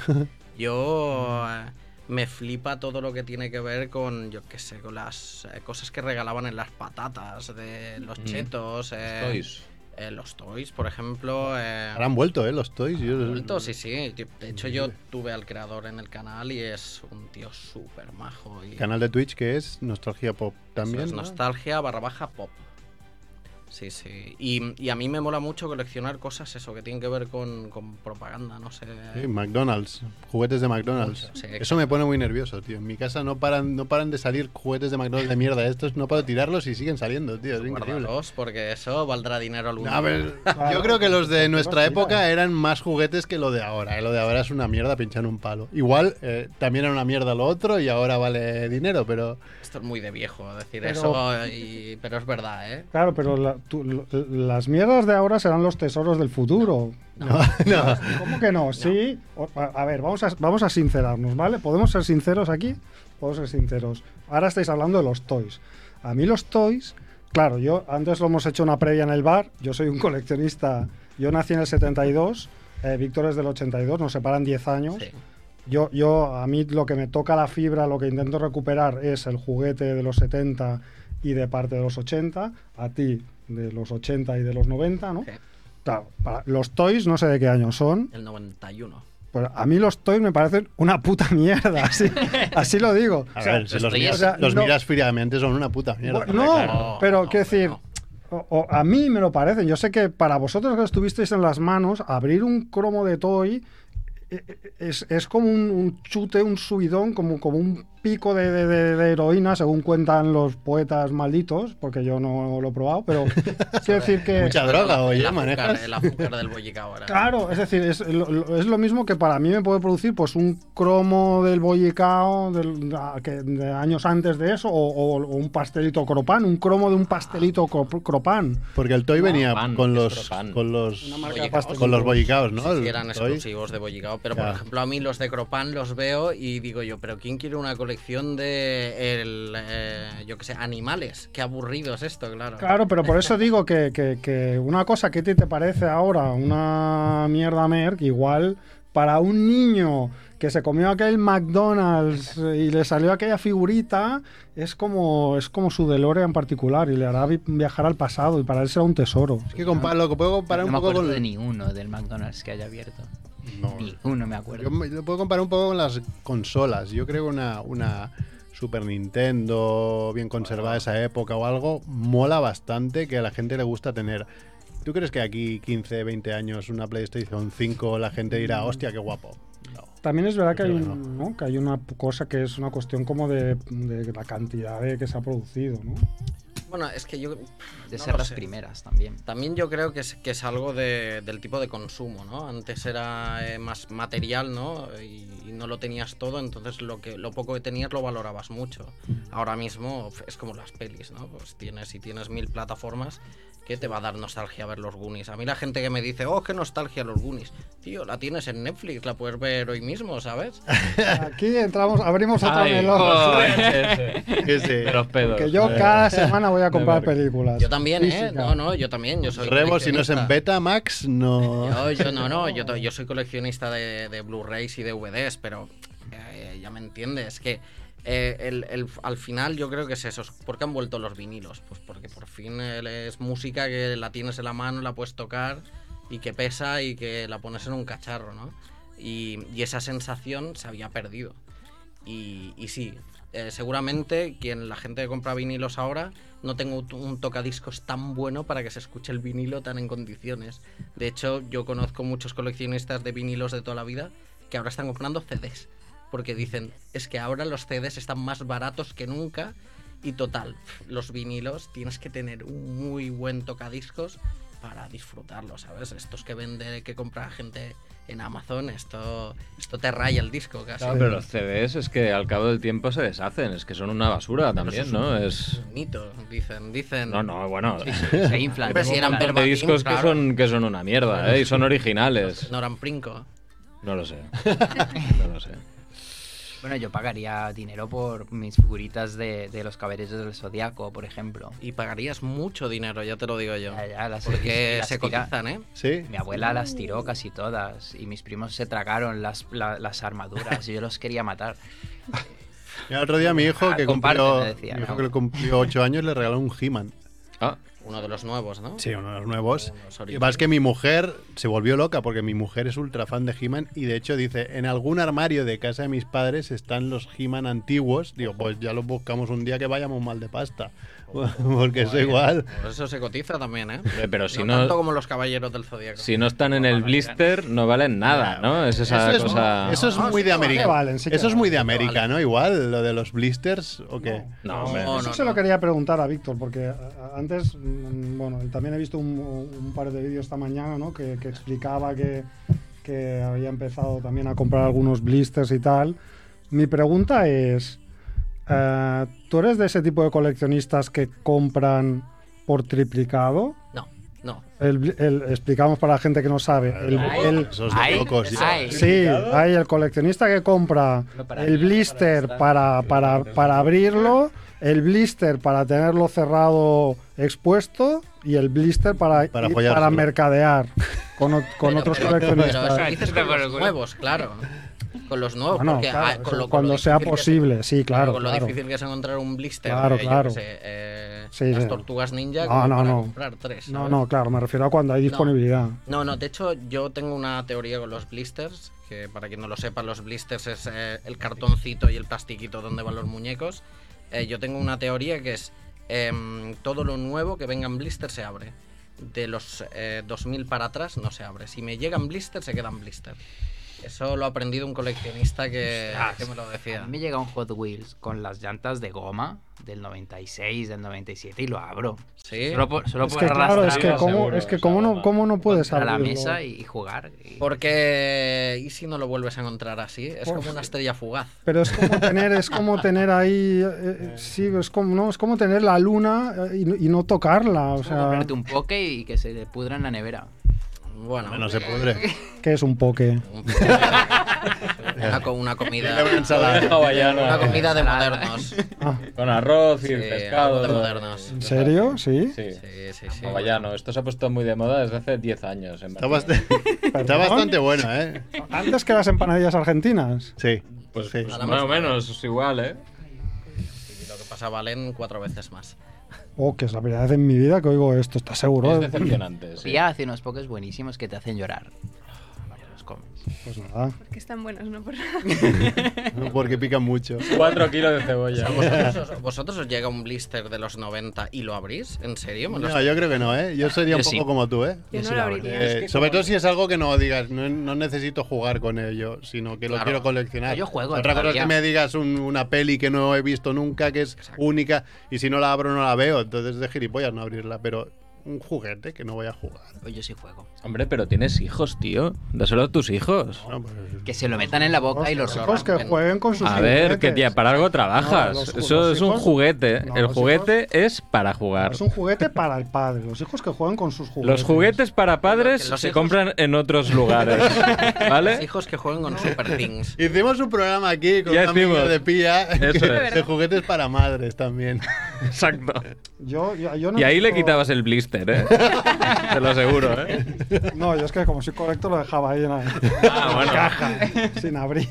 Yo eh, me flipa todo lo que tiene que ver con, yo qué sé, con las eh, cosas que regalaban en las patatas, de los chetos, eh,
Toys.
eh, los toys, por ejemplo. eh,
Ahora han vuelto, ¿eh? Los toys. Yo,
Vuelto, sí, sí. Yo- De hecho, yo tuve al creador en el canal y es un tío súper majo. Y
Canal de Twitch que es Nostalgia Pop
eso
también.
es
¿no?
nostalgia barra baja pop. Sí, sí. Y, y a mí me mola mucho coleccionar cosas eso que tienen que ver con, con propaganda, no sé.
Sí, McDonald's, juguetes de McDonald's.
Sí,
Eso me pone muy nervioso, tío. En mi casa no paran, no paran de salir juguetes de McDonald's de mierda. Estos no paro de tirarlos y siguen saliendo, tío. Es increíble.
Guárdalos, porque eso valdrá dinero algún
A ver, yo creo que los de nuestra época eran más juguetes que lo de ahora. ¿eh? Lo de ahora es una mierda pinchar un palo. Igual eh, también era una mierda lo otro y ahora vale dinero, pero
Esto es muy de viejo decir
Pero-
eso, y- pero es verdad, ¿eh?
Claro, pero la- tú- l- las mierdas de ahora serán los tesoros del futuro.
[LAUGHS] no, no.
[LAUGHS] ¿Cómo que no? Sí. O- A, a ver, vamos a, vamos a sincerarnos, ¿vale? ¿Podemos ser sinceros aquí? Podemos ser sinceros. Ahora estáis hablando de los toys. A mí los toys, claro, yo antes lo hemos hecho una previa en el bar. Yo soy un coleccionista. Yo nací en el 72, eh, Víctor es del 82, nos separan 10 años.
Sí.
Yo, yo, a mí lo que me toca la fibra, lo que intento recuperar es el juguete de los 70 y de parte de los 80, a ti de los 80 y de los 90, ¿no?
Sí.
Claro, para- los toys no sé de qué año son,
El 91.
pero Pues a mí los toys me parecen una puta [LAUGHS] mierda,
[LAUGHS]
así, así lo digo.
A
O sea,
ver, si los,
estoy-
miras,
o sea,
los
no-
miras fríamente son una puta mierda.
bueno, no,
claro.
pero
No,
qué
hombre,
decir,
no.
o- o a mí me lo parecen. Yo sé que para vosotros que lo estuvisteis en las manos, abrir un cromo de toy eh, eh, es, es como un, un chute, un subidón, como, como un pico de, de- de- de heroína, según cuentan los poetas malditos, porque yo no lo he probado,
[LAUGHS]
pero quiero decir que...
Mucha droga, ¿eh?
El
oye,
azúcar-
manejas.
El azúcar del
[LAUGHS]
bollica ahora.
Claro, es decir, es lo, lo- es lo mismo que para mí me puede producir pues un cromo del bollicao del- a- que- de años antes de eso, o, o- o un pastelito cropán, un cromo de un pastelito cro- cropán.
Porque el toy venía
pan,
con
es
los
pan.
con los
Una marca de
Bollicaos.
pastel.
con los bollicaos,
Sí,
¿no?
sí,
El
eran
toy.
exclusivos de Bollicao, pero
Ya.
por ejemplo a mí los de Cropan los veo y digo yo, pero ¿quién quiere una colección de, el, eh, yo qué sé, animales? Qué aburrido es esto, claro.
Claro, pero por eso digo que, que- que una cosa que a ti te parece ahora una mierda merc, igual para un niño que se comió aquel McDonald's eh, y le salió aquella figurita, es como, es como su DeLorean en particular y le hará vi- viajar al pasado y para él será un tesoro.
Es que compa- lo que puedo comparar
no
un
me
poco
acuerdo
con
de ni uno del McDonald's que haya abierto.
No.
Ni uno me acuerdo.
Pues Yo me- lo puedo comparar un poco con las consolas. Yo creo que una, una Super Nintendo bien conservada de esa época o algo mola bastante que a la gente le gusta tener. ¿Tú crees que aquí 15, 20 años una PlayStation 5 la gente dirá, hostia, qué guapo? No.
También es verdad que hay,
Creo que
un- ¿no? que hay una p- cosa que es una cuestión como de, de la cantidad de que se ha producido, ¿no?
Bueno, es que yo...
de
no
ser
lo
las
sé.
[LAUGHS]
primeras también.
También yo creo que es, que es algo de- del tipo de consumo, ¿no? Antes era eh, más material, ¿no? Y, y no lo tenías todo, entonces lo que lo poco que tenías lo valorabas mucho. Ahora mismo pf, es como las pelis, ¿no? Pues tienes y tienes mil plataformas que te va a dar nostalgia ver los Goonies. A mí la gente que me dice, oh, qué nostalgia los Goonies. Tío, la tienes en Netflix, la puedes ver hoy mismo, ¿sabes?
[LAUGHS] Aquí entramos, abrimos otro
Ay,
melón.
joder,
Sí, sí.
de los pedos.
Que yo
Eh.
cada semana voy a comprar películas.
Yo también, ¿eh?
Física.
No, no, yo también. Yo soy
Rebo, si no es en
coleccionista.
beta, Max, no.
Yo, yo no, no, yo, to- yo soy coleccionista de, de Blu-rays y DVDs, pero eh, ya me entiendes, que eh, el- el- al final yo creo que es eso. es ¿Por qué han vuelto los vinilos? Pues porque por fin eh, es música que la tienes en la mano, la puedes tocar y que pesa y que la pones en un cacharro, ¿no? Y, y esa sensación se había perdido. Y, y sí, eh, seguramente quien la gente que compra vinilos ahora no tengo un- un tocadiscos tan bueno para que se escuche el vinilo tan en condiciones. De hecho, yo conozco muchos coleccionistas de vinilos de toda la vida que ahora están comprando CDs. Porque dicen, es que ahora los CDs están más baratos que nunca. Y total, los vinilos tienes que tener un muy buen tocadiscos para disfrutarlo, ¿sabes? Estos que vende, que compra gente en Amazon, esto, esto te raya el disco casi.
Claro, pero los CDs es que al cabo del tiempo se deshacen, es que son una basura también, ¿no? Es...
Un mito, dicen, dicen.
No, no, bueno. [LAUGHS]
Se inflan.
Hombre, si eran
se inflan.
De
verbatim,
discos que
claro.
son, que son una mierda, ¿eh? Y son originales.
Noran Princo.
No lo sé. No lo sé.
Bueno, yo pagaría dinero por mis figuritas de, de los caballeros del Zodiaco, por ejemplo.
Y pagarías mucho dinero, ya te lo digo yo.
Ya, ya, las-
Porque
las
se
tira-
cotizan, ¿eh?
Sí.
Mi abuela las tiró casi todas y mis primos se tragaron las, la- las armaduras y yo los quería
[LAUGHS]
matar.
Mira, otro día mi hijo
Ah,
que cumplió,
compárteme, decía,
mi hijo
¿no?
que cumplió 8 años le regaló un He-Man.
Ah,
Uno de los nuevos, ¿no?
Sí, uno de los nuevos.
Uno de los
Lo que
originales.
pasa es que mi mujer se volvió loca porque mi mujer es ultra fan de He-Man y de hecho dice, en algún armario de casa de mis padres están los He-Man antiguos. Digo, pues ya los buscamos un día que vayamos mal de pasta. [LAUGHS] Porque eso igual.
Por eso se cotiza también, ¿eh?
Hombre, pero si
no,
no-
tanto como los caballeros del zodiaco.
Si no están en el blister, no valen nada, ¿no? Es esa
eso es,
cosa.
eso es
No,
muy
sí que
de
vale,
América.
valen, Ah, sí que
eso es muy de
valen.
América, ¿no? Igual, lo de los blisters o qué.
No, hombre.
No,
Eso
no,
se
no.
lo quería preguntar a Víctor, porque eh, a- a- antes, mm, bueno, también he visto un, un par de vídeos esta mañana, ¿no? Que, que explicaba que, que había empezado también a comprar algunos blisters y tal. Mi pregunta es, eh, ¿tú eres de ese tipo de coleccionistas que compran por triplicado?
No, no.
El bli- el- explicamos para la gente que no sabe. El, el-
Esos de
Ay,
locos. ya.
ay.
Sí, hay el coleccionista que compra el blister para, para, para abrirlo, el blister para tenerlo cerrado expuesto y el blister para,
Para
y-
follárselo.
para mercadear con,
[LAUGHS]
o- con
Pero-
otros
pero-
coleccionistas.
pero eso dices con los nuevos, claro. Con los nuevos,
Bueno,
porque
claro,
ah, con lo- con
cuando
lo
sea
difícil que es-
posible, sí, claro.
con lo
claro.
difícil que es encontrar un blister.
Claro,
eh, yo qué
claro.
sé, eh,
Sí,
las
sí.
tortugas ninja.
No,
como
no,
para
no.
comprar tres.
No,
¿sabes?
no, claro, me refiero a cuando hay disponibilidad.
No, no, de hecho yo tengo una teoría con los blisters, que para quien no lo sepa, los blisters es eh, el cartoncito y el plastiquito donde van los muñecos. Eh, yo tengo una teoría que es em, todo lo nuevo que venga en blister se abre. De los eh, 2000 para atrás no se abre. Si me llegan blister, se quedan blister. Eso lo ha aprendido un coleccionista que, que Eh, me lo
Ah, A
decía.
mí me llega un Hot Wheels con las llantas de goma del 96, del 97 y lo abro.
Sí.
Solo por,
pues
solo
Es
por
que claro, es que
arrastrarlo
cómo,
seguro,
es que cómo no,
seguro.
cómo no puedes
contra la
abrirlo.
mesa y, y jugar. y-
Porque... ¿Y si no lo vuelves a encontrar así? Es como una estrella fugaz.
Pero es como tener, es como tener ahí, eh, eh, sí, es como, no, es como tener la luna eh, y, no- y no tocarla, o
es como
sea,
comprarte un poke y que se le pudra en la nevera.
Bueno,
No se pudre.
que es un poke.
una, co- una comida.
hawaiana,
Una
eh,
comida de modernos.
Ah,
Con arroz y
Sí,
pescado.
algo de modernos.
¿En serio? Sí.
Sí.
Sí, sí, sí.
Hawaiano. Esto se ha puesto muy de moda desde hace 10 años. En
Está,
Barcelona.
bast- [LAUGHS] está bastante bueno, ¿eh?
Antes que las empanadillas argentinas.
Sí.
Pues,
sí.
pues más o menos, es igual, ¿eh?
Y lo que pasa valen cuatro veces más.
Oh, que es la primera vez en mi vida que oigo esto, ¿estás seguro?
Es decepcionante. sí.
Y hace unos pokes buenísimos que te hacen llorar. Cuando los comes.
Pues nada.
Porque están buenos, no por
pues,
Porque pican mucho.
4 kilos de cebolla.
¿Vosotros
[LAUGHS]
os, vosotros os llega un blister de los 90 y lo abrís? ¿En serio? Me lo
No, yo creo que no, ¿eh? Yo sería un
Yo sí.
poco como tú, ¿eh?
Yo no
sí
lo
la
abriría.
Eh, sobre todo si es algo que no digas, no, no necesito jugar con ello, sino que lo
Claro.
quiero coleccionar.
Yo juego
Otra cosa es
todavía.
que me digas un- una peli que no he visto nunca, que es única, y si no la abro no la veo, entonces es de gilipollas no abrirla, pero un juguete que no voy a jugar.
Pues Yo sí juego.
Hombre, pero tienes hijos, tío. Dáselo a tus hijos.
No, pues,
Que se lo metan en la boca y lo
Los hijos
rompan.
que jueguen con sus
A ver, que tía,
juguetes.
para algo
No,
trabajas.
los ju-
Eso
los
es un
hijos-
juguete.
No,
El
los
juguete es para jugar.
Es un juguete para el padre, los hijos que juegan con sus juguetes.
Los juguetes para padres
Los- los
se
hijos-
compran en otros [LAUGHS] lugares,
Los
¿vale?
hijos que juegan con Super
[LAUGHS]
Things.
Hicimos un programa aquí con
Ya
un amigo
hicimos.
de pilla
Eso
que-
es.
de juguetes para madres también.
Exacto.
Yo, yo- yo no
Y ahí le
tengo-
quitabas el blister,
[LAUGHS]
¿eh? Te lo aseguro, ¿eh?
No, yo es que como soy correcto lo dejaba ahí en la
Ah, bueno.
caja, sin abrir.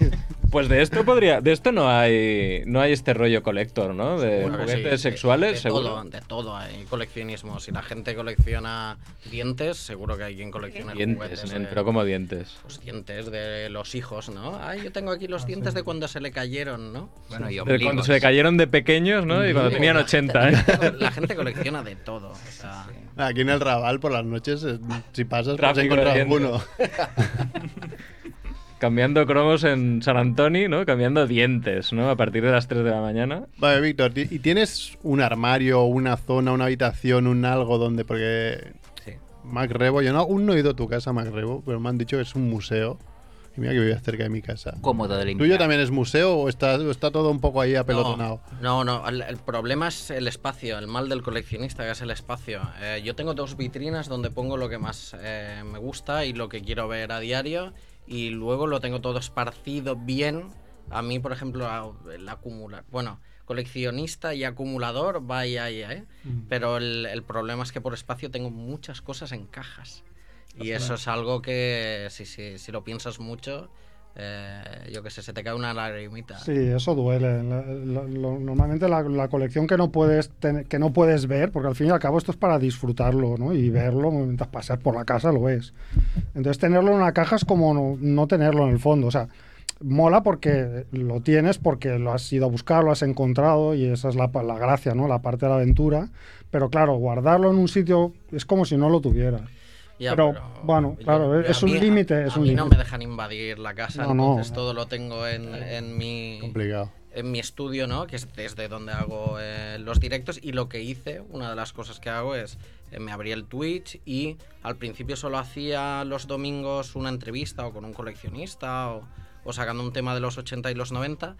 Pues de esto podría, de esto no hay, no hay este rollo colector, ¿no? De
Eh,
Bueno, sí,
juguetes
de-
sexuales,
de
seguro.
Todo, de todo hay coleccionismo. Si la gente colecciona dientes, seguro que hay quien colecciona
Dientes,
juguetes.
me
eh.
entró como dientes.
Los dientes de los hijos, ¿no? Ay, yo tengo aquí
Ah,
los dientes de cuando se le cayeron, ¿no?
Bueno, y
De Cuando
ombligos.
se le cayeron de pequeños, ¿no? Y cuando
Sí,
tenían
la
80,
[LAUGHS]
¿eh?
gente- La gente colecciona de todo. o sea,
Aquí en el Raval por las noches, eh, si pasas, vas a
Tráfico de
encontrar
gente.
alguno.
Cambiando cromos en San Antoni, ¿no? Cambiando dientes, ¿no? A partir de las 3 de la mañana.
Vale, Víctor, ti- ¿y tienes un armario, una zona, una habitación, un algo donde? Porque
sí.
Mac Rebo, yo no, aún no he ido a tu casa, Mac Rebo, pero me han dicho que es un museo. Y mira que vivías cerca de mi casa.
Cómodo de limpiar.
¿Tuyo también es museo o está, o está todo un poco ahí apelotonado?
No, no, el, el problema es el espacio, el mal del coleccionista que es el espacio. Eh, yo tengo dos vitrinas donde pongo lo que más eh, me gusta y lo que quiero ver a diario y luego lo tengo todo esparcido bien. A mí, por ejemplo, la- el acumular, bueno, coleccionista y acumulador, vaya, ya, ¿eh? Pero el, el problema es que por espacio tengo muchas cosas en cajas. Y eso es algo que, si, si, si lo piensas mucho, eh, yo que sé, se te cae una lagrimita.
Sí, eso duele. La- la- lo- normalmente la, la colección que no puedes tener- que no puedes ver, porque al fin y al cabo esto es para disfrutarlo, ¿no? Y verlo mientras pasas por la casa lo ves. Entonces tenerlo en una caja es como no, no tenerlo en el fondo. O sea, mola porque lo tienes, porque lo has ido a buscar, lo has encontrado y esa es la, la gracia, ¿no? La parte de la aventura. Pero claro, guardarlo en un sitio es como si no lo tuviera.
Ya,
pero, bueno,
yo-
claro,
a
es
mí-
un límite,
a-
es
a
un
mí
límite.
no me dejan invadir la casa,
No, no.
entonces todo lo tengo en, en mi
Complicado.
en mi estudio, ¿no? Que es desde donde hago eh, los directos y lo que hice, una de las cosas que hago es eh, me abrí el Twitch y al principio solo hacía los domingos una entrevista o con un coleccionista o, o sacando un tema de los 80 y los 90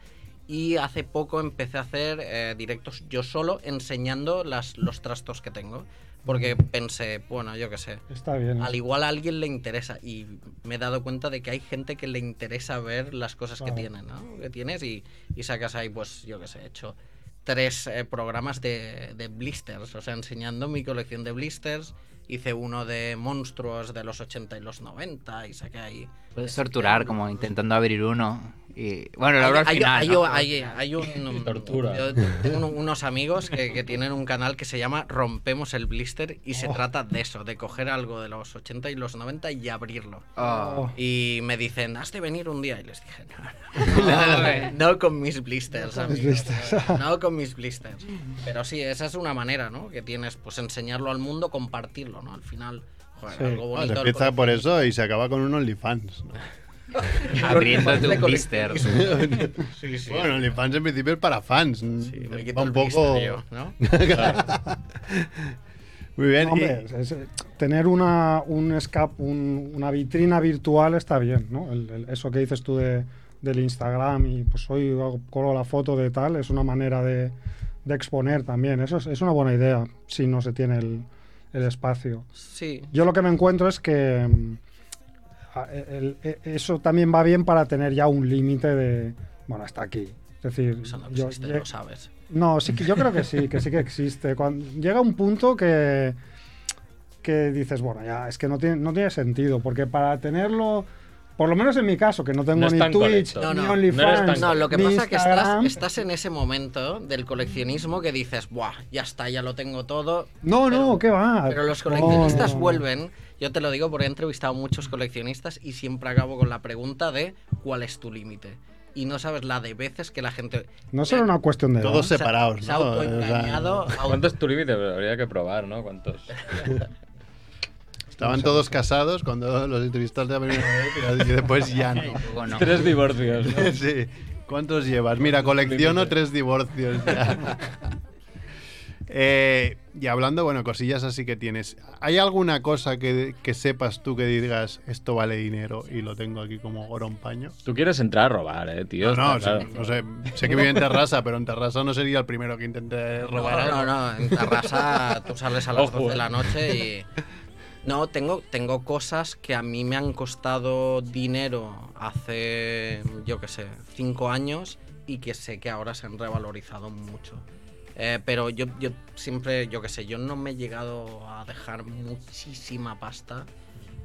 y hace poco empecé a hacer eh, directos yo solo enseñando las, los trastos que tengo porque pensé, bueno, yo qué sé,
Está bien.
al igual a alguien le interesa y me he dado cuenta de que hay gente que le interesa ver las cosas que
Claro.
tiene, ¿no? Que tienes y, y sacas ahí, pues yo que sé, he hecho tres eh, programas de, de blisters, o sea, enseñando mi colección de blisters. Hice uno de monstruos de los 80 y los 90 y saqué ahí.
Puedes torturar como intentando abrir uno. Y, bueno, lo
Hay,
abro al
hay-
final.
hay-
¿no?
hay- hay un.
Tortura.
yo tengo un- unos amigos que, que tienen un canal que se llama Rompemos el Blister y se trata de eso, de coger algo de los 80 y los 90 y abrirlo.
Oh.
Y me dicen, has de venir un día. Y les dije, no,
Claro,
no,
eh.
[LAUGHS] no con mis blisters,
con mis
amigos,
blisters.
no, no con mis blisters. Pero sí, esa es una manera, ¿no? Que tienes, pues enseñarlo al mundo, compartirlo, ¿no? Al final, joder,
Sí.
algo
Bueno,
bonito.
se
del
empieza por eso y se acaba con un OnlyFans. ¿no?
Abriendo
De
tu
[LAUGHS]
blister.
coleccionismo. Sí, sí.
Bueno, OnlyFans en principio es para fans. Mm,
Sí, me quito
Va
el
un
blister
poco.
yo, ¿no?
[LAUGHS] Muy bien.
Hombre,
y-
es- es- tener una, un escape, un- una vitrina virtual está bien, ¿no? El- el- eso que dices tú de, del Instagram y pues hoy hago- colo la foto de tal, es una manera de, de exponer también. Eso es, es una buena idea si no se tiene el, el espacio.
Sí,
Yo lo que me encuentro es que mm, a- e, el- el- eso también va bien para tener ya un límite de, bueno, hasta aquí. Es decir,
eso no
yo-
existe,
yo-
lo sabes.
no, sí que yo creo que sí, que sí que existe. Cuando llega un punto que, que dices, bueno, ya es que no tiene, no tiene sentido, porque para tenerlo, por lo menos en mi caso, que no tengo
No es
ni
tan
Twitch,
correcto.
No,
ni
no,
no eres
OnlyFans,
tan-
No, lo que
ni
pasa es que estás,
Instagram.
estás en ese momento del coleccionismo que dices, ¡buah! Ya está, ya lo tengo todo.
No, no,
Pero-
¿qué va?
Pero los
Ah, No,
coleccionistas
no, no.
vuelven. Yo te lo digo porque he entrevistado a muchos coleccionistas y siempre acabo con la pregunta de ¿cuál es tu límite? Y no sabes la de veces que la gente...
No será una cuestión de edad.
Todos
se ha-
separados,
se ha
¿no?
autoengañado, auto-
¿Cuánto es tu límite? Pero Habría que probar, ¿no?
[LAUGHS]
¿Cuántos?
Estaban todos casados cuando los entrevistas de la primera vez y
[LAUGHS]
después ya no.
Luego no.
Tres divorcios. ¿no?
Sí. ¿Cuántos llevas? Mira, colecciono tres
[LAUGHS]
divorcios ya. Eh, y hablando, bueno, cosillas así que tienes. ¿Hay alguna cosa que, que sepas tú que digas esto vale dinero y lo tengo aquí como oro en paño?
Tú quieres entrar a robar, ¿eh, tío?
no,
Está
sí,
claro.
no sé. Sé que vive en Terrassa, pero en Terrassa no sería el primero que intente robar algo.
No, no, no. En Tarrasa tú sales a las
Ojo,
12 de
eh.
la noche y. No, tengo, tengo cosas que a mí me han costado dinero hace, yo qué sé, cinco años y que sé que ahora se han revalorizado mucho. Eh, pero yo, yo siempre, yo qué sé, yo no me he llegado a dejar muchísima pasta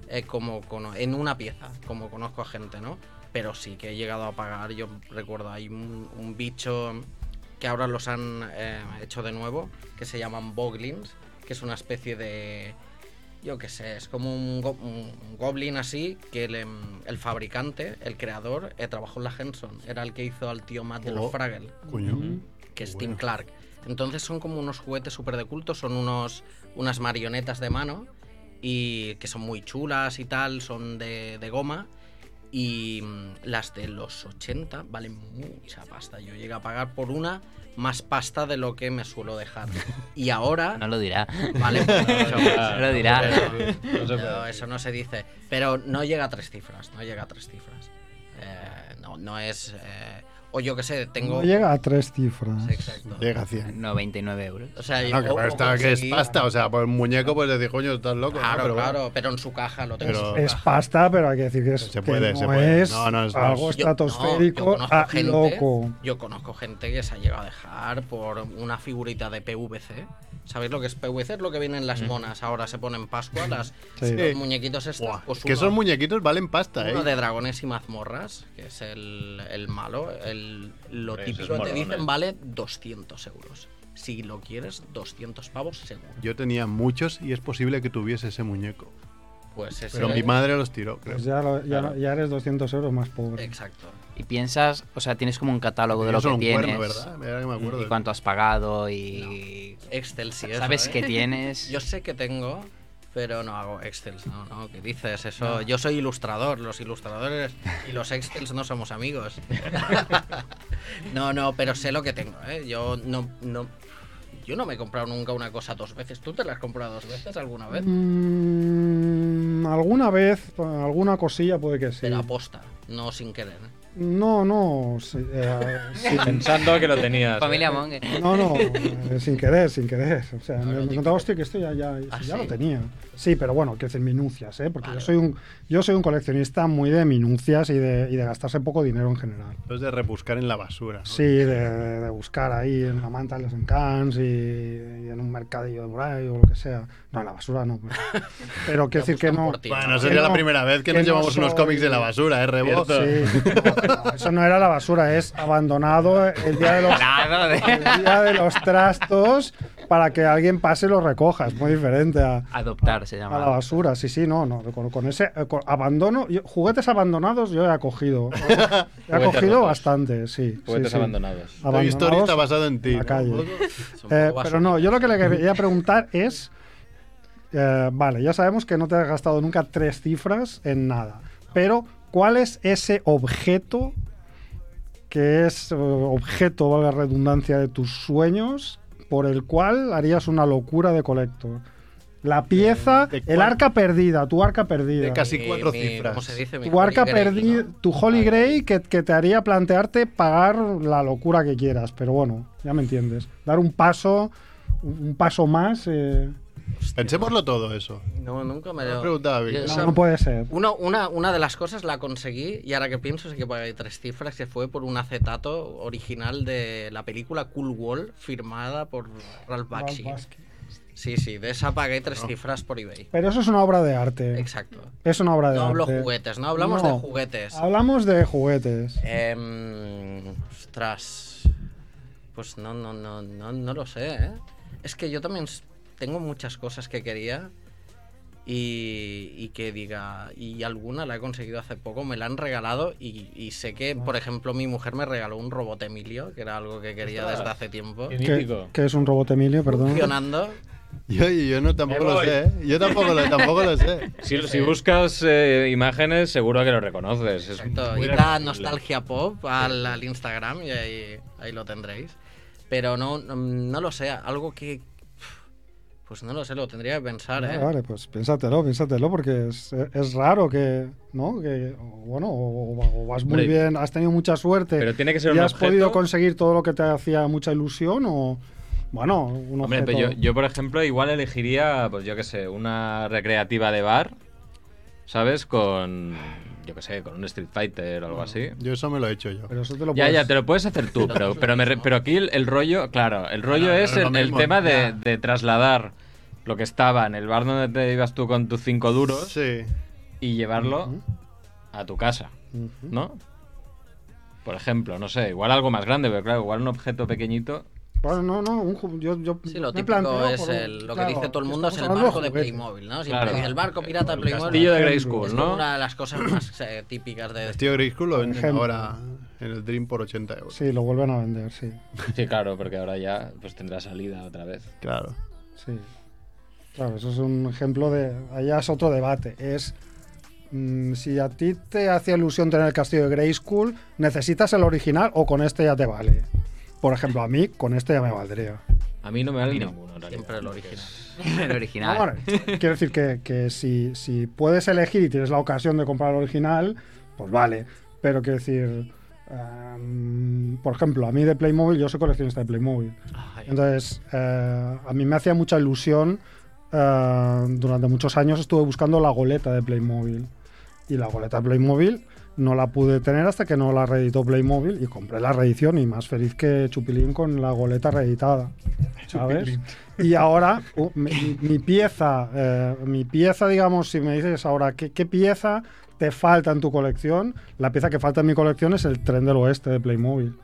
eh, como cono- en una pieza, como conozco a gente, ¿no? Pero sí que he llegado a pagar, yo recuerdo, hay un, un bicho que ahora los han eh, hecho de nuevo, que se llaman Boglins, que es una especie de... Yo qué sé, es como un, go- un goblin así, que el, em, el fabricante, el creador, eh, trabajó en la Henson, era el que hizo al tío Matt de los
Oh.
Fraggle
Coño.
que es Tim Clark. Entonces son como unos juguetes súper de culto, son unos, unas marionetas de mano y que son muy chulas y tal, son de, de goma. Y mm, las de los 80 valen mucha pasta. Yo llegué a pagar por una más pasta de lo que me suelo dejar. Y ahora
[LAUGHS] No lo dirá.
vale
Ah,
Lo dirá.
No se
no,
puede.
eso no se dice. Pero no llega a tres cifras, no llega a tres cifras. Eh, no, no es... eh, o yo qué sé, tengo...
No llega a tres cifras.
Sí, Exacto.
Llega a 100.
99 euros.
O sea,
No, que
o-
para
o
esta que es
conseguí-
pasta, o sea, por el muñeco pues decir, coño, estás loco. ¿no?
Claro,
Pero bueno.
claro, pero en su caja lo tengo.
Pero-
en su
Es
caja.
pasta, pero hay que decir que, es,
Se puede,
que
se
no
puede.
es
No, no, es-
algo
no
Yo- no,
es-
yo
estratosférico
conozco
a
gente-
loco.
Yo conozco gente que se ha llegado a dejar por una figurita de PVC. ¿Sabéis lo que es PVC? Es lo que vienen
Mm.
las monas. Ahora se ponen Pascua las,
Sí.
los muñequitos estos.
Buah,
pues
que
uno-
esos muñequitos valen pasta,
uno
¿eh?
de dragones y mazmorras, que es el, el malo. El, lo
Hombre, eso es
típico te
molón,
dicen
eh.
vale 200 euros. Si lo quieres, 200 pavos seguro.
Yo tenía muchos y es posible que tuviese ese muñeco.
Pues ese-
Pero mi madre los tiró, creo.
Pues ya, lo- ya, ya eres 200 euros más pobre.
Exacto.
y piensas, o sea, tienes como un catálogo de lo
Tenías
que
un
tienes.
cuerno, ¿verdad? Mira que me acuerdo.
Y cuánto has pagado y.
Excel sí eso,
¿Sabes
¿eh?
qué tienes?
Yo sé que tengo, pero no hago Excel, no, no, ¿qué dices? Eso,
No.
yo soy ilustrador, los ilustradores y los Excels no somos amigos.
[LAUGHS]
no, no, pero sé lo que tengo, ¿eh? Yo no, no, yo no me he comprado nunca una cosa dos veces. ¿Tú te la has comprado dos veces alguna vez?
Mm, alguna vez, alguna cosilla puede que sí.
De la posta, no sin querer.
No, no. sí, eh,
[LAUGHS]
sin-
Pensando que lo tenías.
Familia Monger.
No, no, eh, sin querer, sin querer. O sea, me, me contaba, hostia, que esto ya, ya,
Ah,
ya
¿sí?
lo tenía. Sí, pero bueno, que decir minucias, ¿eh? Porque yo, soy un, yo soy un coleccionista muy de minucias y de, y de gastarse poco dinero en general.
Entonces de rebuscar en la basura. ¿no?
Sí, de, de- de buscar ahí en la manta de los encans y, y en un mercadillo de por ahí o lo que sea. No, en la basura no. Pero,
[LAUGHS]
pero quiero decir que
buscan
no.
por ti.
Bueno,
que
sería la
no-
primera vez que,
que
nos
no
llevamos unos
soy-
cómics de la basura, ¿eh, Rebo? [LAUGHS]
Sí, no, no, eso no era la basura, es abandonado el día de los,
Claro, de-
el día de los trastos para que alguien pase y lo recoja. Es muy diferente a,
Ah,
Adoptar se
a la
llama.
basura. Sí, sí, no, no. Con, con ese eh, con- abandono, yo- juguetes abandonados yo he
[LAUGHS]
acogido. He
Juguetes
acogido
rotos.
bastante, sí. sí,
¿eh? Juguetes
sí.
abandonados.
Toy Story
Abandonados
está basado en ti.
en la
¿no?
calle.
Un poco.
Es un
Eh,
poco
pero
basura.
no, yo lo que le quería preguntar es, eh, vale, ya sabemos que no te has gastado nunca tres cifras en nada, pero ¿cuál es ese objeto que es eh, objeto, valga la redundancia, de tus sueños por el cual harías una locura de colector? La pieza,
Eh, ¿de cuál?
el arca perdida, tu arca perdida.
De casi
Mi-
cuatro
mi-
cifras.
¿Cómo se dice? Mi
Tu arca
Holy Grail,
perdida,
¿no?
tu Holy
Vale.
Grail que, que te haría plantearte pagar la locura que quieras, pero bueno, ya me entiendes. Dar un paso, un un paso más, eh,
Pensémoslo todo eso. [LAUGHS]
No, nunca me
Me
lo
lo preguntaba Vicky.
Yo-
no, no puede ser.
Uno- una, una de las cosas la conseguí y ahora que pienso es que pagué tres cifras que fue por un acetato original de la película Cool Wall firmada por Ralph Bakshi. Sí, sí, de esa pagué tres cifras por eBay.
Pero eso es una obra de arte.
Exacto.
Es una obra de
No hablo
arte.
juguetes, no hablamos
No.
de juguetes.
Hablamos de juguetes.
Em, ostras. Pues no, no, no, no, no lo sé, ¿eh? Es que yo también s- tengo muchas cosas que quería y, y que diga, y alguna la he conseguido hace poco, me la han regalado y, y sé que, por ejemplo, mi mujer me regaló un robot Emilio, que era algo que quería desde hace tiempo.
Que, que es un robot Emilio, perdón.
Funcionando.
Yo, yo no, tampoco lo sé. ¿eh? Yo tampoco lo, tampoco lo sé.
Si, si buscas eh, imágenes, seguro que lo reconoces. Es
Exacto.
muy
Id a
reconocible.
Nostalgia Pop al, al Instagram y ahí, ahí lo tendréis. Pero no, no, no lo sé, algo que. Pues no lo sé, lo tendría que pensar,
Vale,
¿eh?
vale, pues piénsatelo, piénsatelo, porque es, es raro que, ¿no? Que, o bueno, o, o- o vas muy
Hombre.
bien, has tenido mucha suerte
Pero tiene que ser
y
un
has
objeto-
podido conseguir todo lo que te hacía mucha ilusión o, bueno, un
Hombre,
objeto...
pero yo, yo, por ejemplo, igual elegiría, pues yo qué sé, una recreativa de bar, ¿sabes? Con, yo qué sé, con un Street Fighter o algo así.
Yo eso me lo he hecho yo.
Pero eso te lo
Ya,
puedes-
ya, te lo puedes hacer tú,
[LAUGHS]
pero, pero, me re- pero aquí el, el rollo, claro, el rollo
Claro,
es
no es
el,
lo
el
mismo,
tema de,
ya.
de trasladar lo que estaba en el bar donde te ibas tú con tus cinco duros
Sí.
y llevarlo a tu casa,
Ujú.
¿no? Por ejemplo, no sé, igual algo más grande, pero claro, igual un objeto pequeñito.
Bueno, no, no, un ju- yo, yo
Sí, lo
me
típico
planteo
es
por un-
el- lo que
claro,
dice todo el mundo es el
estamos hablando
barco de
juguetes.
Playmobil, ¿no? Siempre
Claro.
dice el barco pirata de
El
Playmobil.
castillo de Grey
es
School,
como
¿no?
una de las cosas más eh, típicas de.
Tío Griscool lo venden
Ejemplo.
ahora en el Dream por 80 euros.
Sí, lo vuelven a vender, sí.
Sí, claro, porque ahora ya pues tendrá salida otra vez.
Claro.
Sí. Claro, eso es un ejemplo de. Allá es otro debate. Es. mm, si a ti te hacía ilusión tener el castillo de Grey School, ¿necesitas el original o con este ya te vale? Por ejemplo, a mí con este ya me valdría.
A mí no me vale ninguno, en realidad,
Siempre el
porque
original.
es-
Ah,
El original.
No, bueno, Ah, quiero decir que, que si, si puedes elegir y tienes la ocasión de comprar el original, pues vale. Pero quiero decir. ehm, por ejemplo, a mí de Playmobil, yo soy coleccionista de Playmobil. Entonces, eh, a mí me hacía mucha ilusión. eh, durante muchos años estuve buscando la goleta de Playmobil. Y la goleta de Playmobil no la pude tener hasta que no la reeditó Playmobil y compré la reedición y más feliz que Chupilín con la goleta reeditada. ¿Sabes? Y ahora, uh, mi, mi- mi pieza, eh, mi pieza, digamos, si me dices ahora ¿qué, qué pieza te falta en tu colección, la pieza que falta en mi colección es el tren del oeste de Playmobil.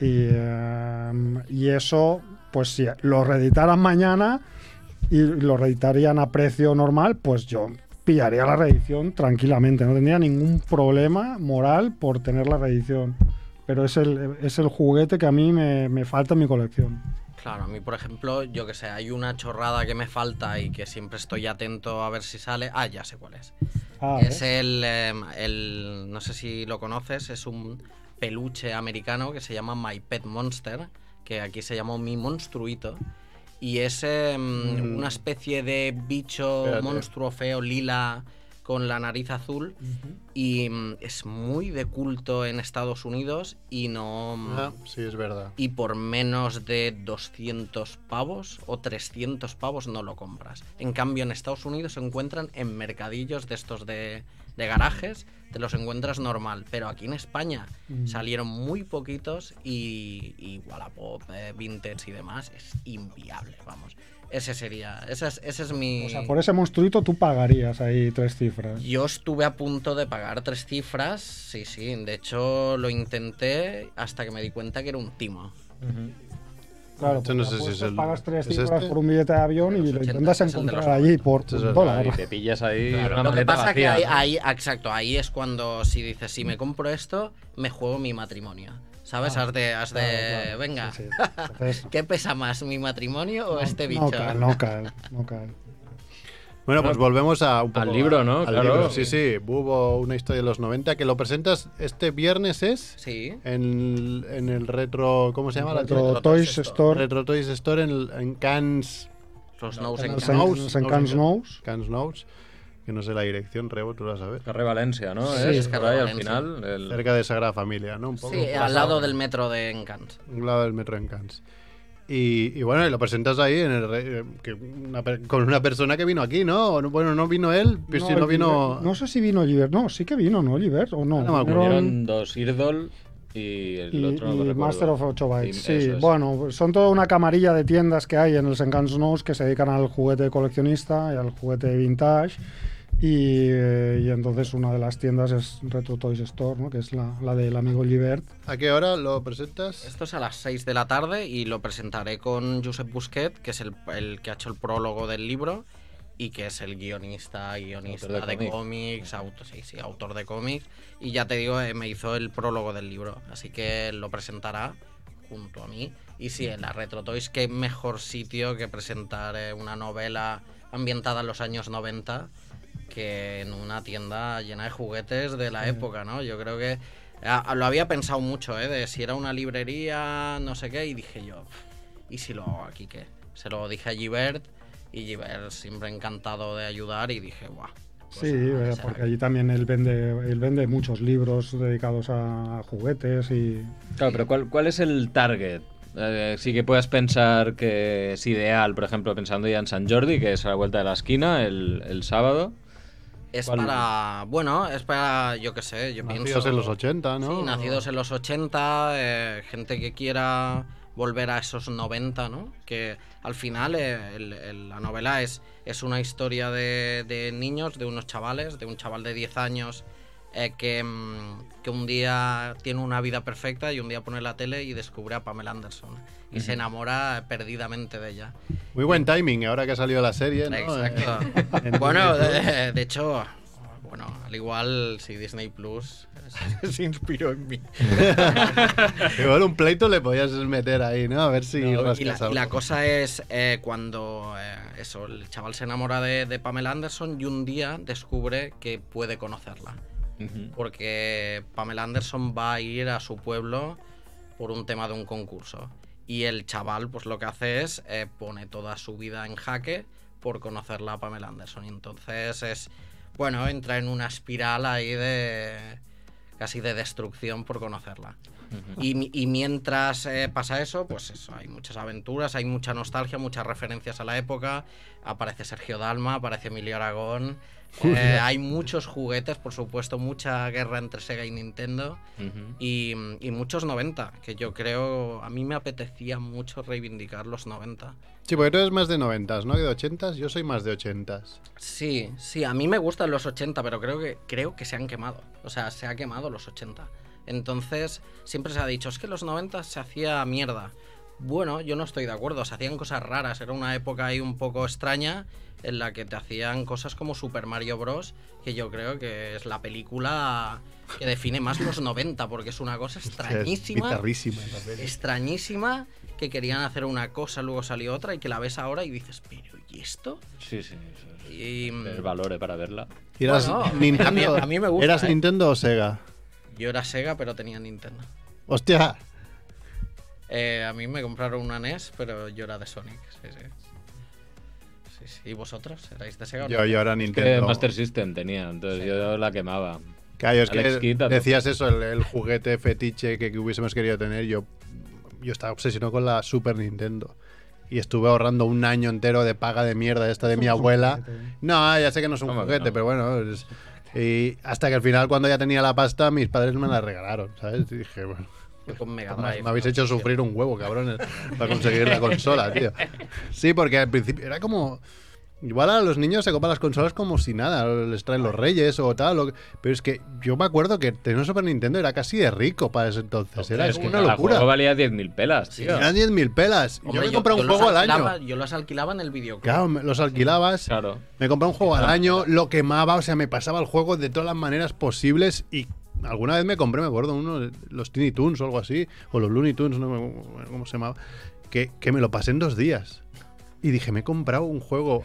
Y, eh, y eso, pues si lo reeditaran mañana y lo reeditarían a precio normal, pues yo pillaría la reedición tranquilamente. No tendría ningún problema moral por tener la reedición. Pero es el, es el juguete que a mí me, me falta en mi colección.
Claro, a mí, por ejemplo, yo que sé, hay una chorrada que me falta y que siempre estoy atento a ver si sale. Ah, ya sé cuál es.
Ah,
es
¿eh?
el, eh, el- No sé si lo conoces, es un peluche americano que se llama My Pet Monster, que aquí se llamó Mi Monstruito. Y es eh, mm,
Mm.
una especie de bicho,
Espérate.
monstruo feo, lila, con la nariz azul. Y mm, es muy de culto en Estados Unidos y no. mm,
Ah, sí, es verdad.
y por menos de 200 pavos o 300 pavos no lo compras. En cambio, en Estados Unidos se encuentran en mercadillos de estos de, de garajes, te los encuentras normal, pero aquí en España
Mm.
salieron muy poquitos y, y Wallapop, eh, Vintage y demás es inviable, vamos. Ese sería, ese es, ese es mi...
O sea, por ese monstruito tú pagarías ahí tres cifras.
Yo estuve a punto de pagar tres cifras, sí, sí, de hecho lo intenté hasta que me di cuenta que era un timo.
Claro,
Yo no
porque
sé si es
apuestas,
el-
pagas tres
¿es
cifras
este?
por un billete de avión y
Los
lo
80,
intentas
es el de los
encontrar
ojos.
allí por
Este es
un
el-
dólar.
Y te pillas ahí
Claro.
una
Lo
Lo que
maleta
pasa que
vacía.
ahí,
¿no?
ahí- exacto, ahí es cuando si dices, si me compro esto, me juego mi matrimonio. ¿Sabes?
Ah,
has de, has de
Claro, claro,
Eh, venga,
sí, sí.
[LAUGHS]
Entonces,
¿qué pesa más, mi matrimonio o este bicho?
No cal, no cal, no cal.
Bueno, pues volvemos a un
Al
poco
libro, ¿no?
al
Claro.
libro. Sí, sí, Bubo, una historia de los 90, que lo presentas este viernes es
Sí.
en, en el retro, ¿cómo se llama? la
Retro
Toys
Toys
Store.
Store,
Retro Toys Store en, en Cannes,
Los nous en
Cannes
Cannes
Cannes.
Nous,
Nous,
en
Nous,
Cannes
en
Nous.
Cannes Notes, que no sé la dirección, Rebo, tú la sabes.
Carré Valencia, ¿no?
Sí,
es por
Carré
ahí al
Valencia.
final. el-
Cerca de Sagrada Familia, ¿no? Un poco.
Sí, al lado del metro de en Cannes.
un lado del metro en Cannes. Y, y bueno, y lo presentas ahí en el re- eh, que una per- con una persona que vino aquí, ¿no? O no- Bueno, no vino él, pero si no
el
vino...
Oliver- no sé si vino Oliver, no, sí que vino, ¿no? Oliver o no.
Ah, no me acuerdo.
Vinieron-
Vinieron dos Irdol y el
y,
otro no
y
recuerdo.
Master of 8
Y
Bytes. Sí,
eso es.
bueno, son toda una camarilla de tiendas que hay en el Senkan Snows que se dedican al juguete coleccionista y al juguete vintage. Y, eh, y entonces una de las tiendas es Retro Toys Store, ¿no? que es la, la del amigo Libert.
¿A qué hora lo presentas?
Esto es a las 6 de la tarde y lo presentaré con Josep Busquet, que es el, el que ha hecho el prólogo del libro y que es el guionista, guionista
Autor de
de, cómics, auto- sí, sí, autor de cómics. Y ya te digo, eh, me hizo el prólogo del libro, así que lo presentará junto a mí. Y sí, en la Retro Toys, qué mejor sitio que presentar eh, una novela ambientada en los años 90 que en una tienda llena de juguetes de la época, ¿no? Yo creo que a- a- Ah, lo había pensado mucho, ¿eh? De si era una librería, no sé qué, y dije yo, ¿y si lo hago aquí qué? Se lo dije a Gibert y Gibert siempre encantado de ayudar y dije, guau. pues
Sí,
nada,
eh,
será".
porque allí también él vende, él vende muchos libros dedicados a juguetes y...
Claro, pero ¿cuál, cuál es el target? Eh, sí que puedas pensar que es ideal, por ejemplo, pensando ya en San Jordi, que es a la vuelta de la esquina el, el sábado.
Es
¿Cuál?
para, bueno, es para, yo qué sé, yo
Nacidos
pienso...
en los 80, ¿no?
Sí, nacidos en los 80, eh, gente que quiera volver a esos 90, ¿no? Que al final eh, el- el- la novela es, es una historia de, de niños, de unos chavales, de un chaval de 10 años eh, que, mm, que un día tiene una vida perfecta y un día pone la tele y descubre a Pamela Anderson y se enamora perdidamente de ella.
Muy buen timing, ahora que ha salido la serie, ¿no? Eh,
Exacto. [LAUGHS]
En- en
bueno,
directo.
de, de hecho, bueno, al igual si Disney Plus se, se inspiró en mí.
[LAUGHS] Igual un pleito le podías meter ahí, ¿no? A ver si rascas
y, la, y
algo.
la cosa es eh, cuando eh, eso, el chaval se enamora de, de Pamela Anderson y un día descubre que puede conocerla. Porque Pamela Anderson va a ir a su pueblo por un tema de un concurso. Y el chaval, pues lo que hace es eh, pone toda su vida en jaque por conocerla a Pamela Anderson. Y entonces es. Bueno, entra en una espiral ahí de. casi de destrucción por conocerla. Y, mi- y mientras eh, pasa eso, pues eso, hay muchas aventuras, hay mucha nostalgia, muchas referencias a la época. Aparece Sergio Dalma, aparece Emilio Aragón. eh, hay muchos juguetes, por supuesto, mucha guerra entre Sega y Nintendo. Y, y muchos 90, que yo creo, a mí me apetecía mucho reivindicar los 90.
Sí, porque tú eres más de 90, ¿no? Que de 80, yo soy más de 80.
Sí, sí, a mí me gustan los 80, pero creo que, creo que se han quemado. O sea, se ha quemado los 80. Entonces, siempre se ha dicho, es que los 90 se hacía mierda. bueno, yo no estoy de acuerdo. Se hacían cosas raras. Era una época ahí un poco extraña en la que te hacían cosas como Super Mario Bros. Que yo creo que es la película que define más los 90, porque es una cosa extrañísima.
Bizarrísima la peli.
Extrañísima que querían hacer una cosa, luego salió otra y que la ves ahora y dices, pero ¿y esto?
Sí, sí. eso es.
Y mm,
El valore para verla.
Y eras
Bueno, a mí-
Nintendo,
a mí me gusta,
¿Eras
eh.
Nintendo o Sega?
yo era Sega, pero tenía Nintendo.
Hostia,
Eh, a mí me compraron una NES, pero yo era de Sonic. Sí, sí. Sí, sí. ¿Y vosotros? ¿Erais de Sega? o no?
yo, yo era
Que
Nintendo.
Master System tenía, entonces yo la quemaba.
Claro, es
Alex
que
Kidd, ¿no?
decías eso, el, el juguete fetiche que, que hubiésemos querido tener. Yo, yo estaba obsesionado con la Super Nintendo. Y estuve ahorrando un año entero de paga de mierda esta de mi abuela. No, ya sé que no es un
¿Cómo que
juguete,
no?
pero bueno. es- y hasta que al final, cuando ya tenía la pasta, mis padres me la regalaron, ¿sabes? Y dije, bueno,
Yo con Mega
Pues me-
Drive.
me habéis
¿no?
hecho sufrir un huevo, cabrones, para conseguir la consola, tío. Sí, porque al principio era como... Igual a los niños se compran las consolas como si nada, les traen los reyes o tal. o- Pero es que yo me acuerdo que tener un Super Nintendo era casi de rico para ese entonces. Era
Es que
una
cada juego
locura.
valía 10.000 pelas, tío.
Eran 10.000 pelas.
Hombre,
yo me compré un
los
juego al
alquilaba-
año.
Yo las alquilaba en el videoclub.
Claro, me- los alquilabas.
Claro.
Me compré un juego al año, lo quemaba, o sea, me pasaba el juego de todas las maneras posibles y alguna vez me compré, me acuerdo, uno de los Tiny Toons o algo así, o los Looney Tunes, no me acuerdo cómo se llamaba, que, que me lo pasé en dos días. Y dije, me he comprado un juego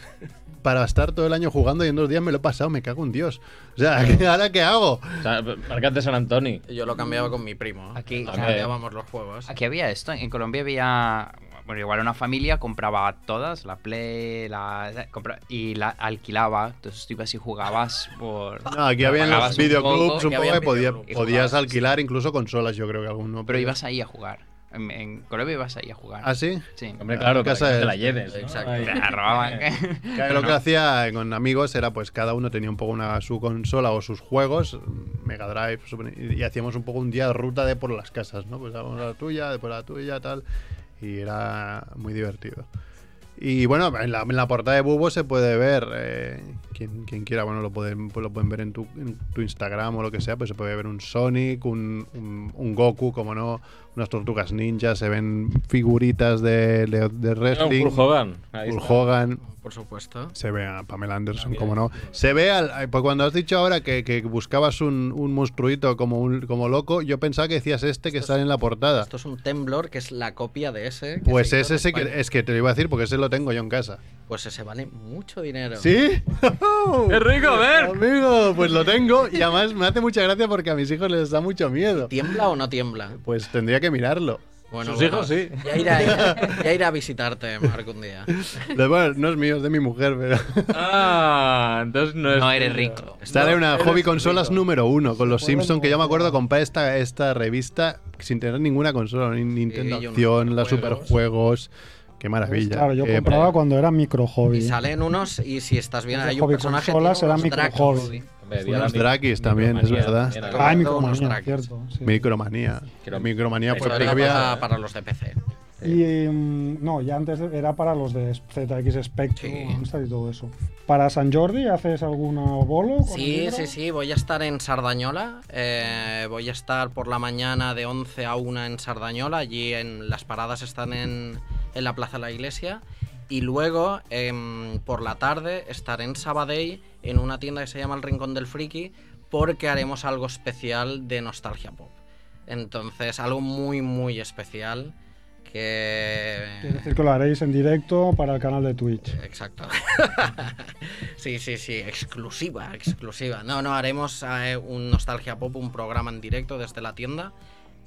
para estar todo el año jugando y en dos días me lo he pasado, me cago en Dios. O sea, [LAUGHS] ¿ahora qué hago?
O sea, marcas de San Antonio.
Yo lo cambiaba con mi primo. ¿eh?
Aquí-
Nos
aquí-
cambiábamos los juegos.
Aquí había esto, en Colombia había, bueno, igual una familia compraba todas, la Play, la, compra- y la alquilaba, entonces tú ibas y jugabas por...
[LAUGHS] No, aquí había en los
pagabas un poco,
videoclubs un
y
poco
había
que podía-
videoclubs.
podías
Jugabas.
alquilar incluso consolas, yo creo que alguno.
Pero ibas ahí a jugar, en, en Colombia ibas ahí a jugar.
¿Ah, sí?
Sí.
Hombre, claro, para
Casa
que no
es-
te la lleves. ¿no?
Exacto.
Ahí.
Te la robaban.
[LAUGHS] Claro, lo que hacía con amigos era pues cada uno tenía un poco una, su consola o sus juegos, Mega Drive, Super- y, y hacíamos un poco un día de ruta de por las casas, ¿no? Pues vamos a la tuya, después a la tuya, tal. Y era muy divertido. Y bueno, en la, en la portada de Bubo se puede ver, eh, quien, quien quiera, bueno, lo pueden, pues, lo pueden ver en tu, en tu Instagram o lo que sea, pues se puede ver un Sonic, un, un- un Goku, como no, unas tortugas ninja, se ven figuritas de, de, de
Era un
wrestling.
Hulk Hogan. Ahí
Hulk
está.
Hogan.
Por supuesto.
Se ve a Pamela
Ah,
Anderson, como no. Se ve al. Pues cuando has dicho ahora que, que buscabas un, un monstruito como, un, como loco, yo pensaba que decías este que está en la portada.
Esto es un temblor que es la copia de ese. que
Pues
se hizo
ese
en
sí que,
España.
es que te lo iba a decir porque ese lo tengo yo en casa.
Pues ese vale mucho dinero.
[LAUGHS]
¿Sí?
¡Es rico, ver!
Amigo, pues lo tengo y además me hace mucha gracia porque a mis hijos les da mucho miedo.
¿Tiembla o no tiembla?
Pues tendría que mirarlo.
Bueno,
Sus
bueno,
hijos sí.
Ya irá, ya, irá a visitarte, Marco, un día.
Lo- bueno, no es mío, es de mi mujer, pero.
Ah, entonces no es.
No eres rico.
Sale una hobby consolas número uno con los
Se puede
Simpsons que yo me acuerdo
negociar.
compré esta, esta revista sin tener ninguna consola, ni Nintendo
y unos
Acción, la
superjuegos.
Superjuegos. Qué maravilla.
Pues,
Eh,
Claro, yo
Qué-
compraba cuando era micro hobby.
Y salen unos, y si estás bien,
Ese
hay un
hobby
personaje.
consolas
tiene
era
unos
micro
dracos.
hobby.
Hombre,
Unos
vi a la mi-
Drakis también, es
micromanía.
verdad.
Era
Ah,
como-
unos
micromanía,
dragons.
cierto. sí.
Micromanía.
Creo-
Micromanía
Eso
fue
Pero
Porque
era
había-
para, para los de PC.
Y mm, no, ya antes era para los de ZX Spectrum,
Sí.
Amstrad y todo eso. ¿Para San Jordi haces algún bolo? con el
Sí,
libro?
sí, sí, voy a estar en Sardañola. eh, voy a estar por la mañana de 11 a 1 en Sardañola. Allí en las paradas están en, en la Plaza de la Iglesia. Y luego em, por la tarde estaré en Sabadell en una tienda que se llama El Rincón del Friki porque haremos algo especial de Nostalgia Pop. Entonces, algo muy, muy especial
Es
que...
decir, que lo haréis en directo para el canal de Twitch.
Eh, Exacto. [LAUGHS] sí, sí, sí, exclusiva, exclusiva. No, no, haremos eh, un Nostalgia Pop, un programa en directo desde la tienda,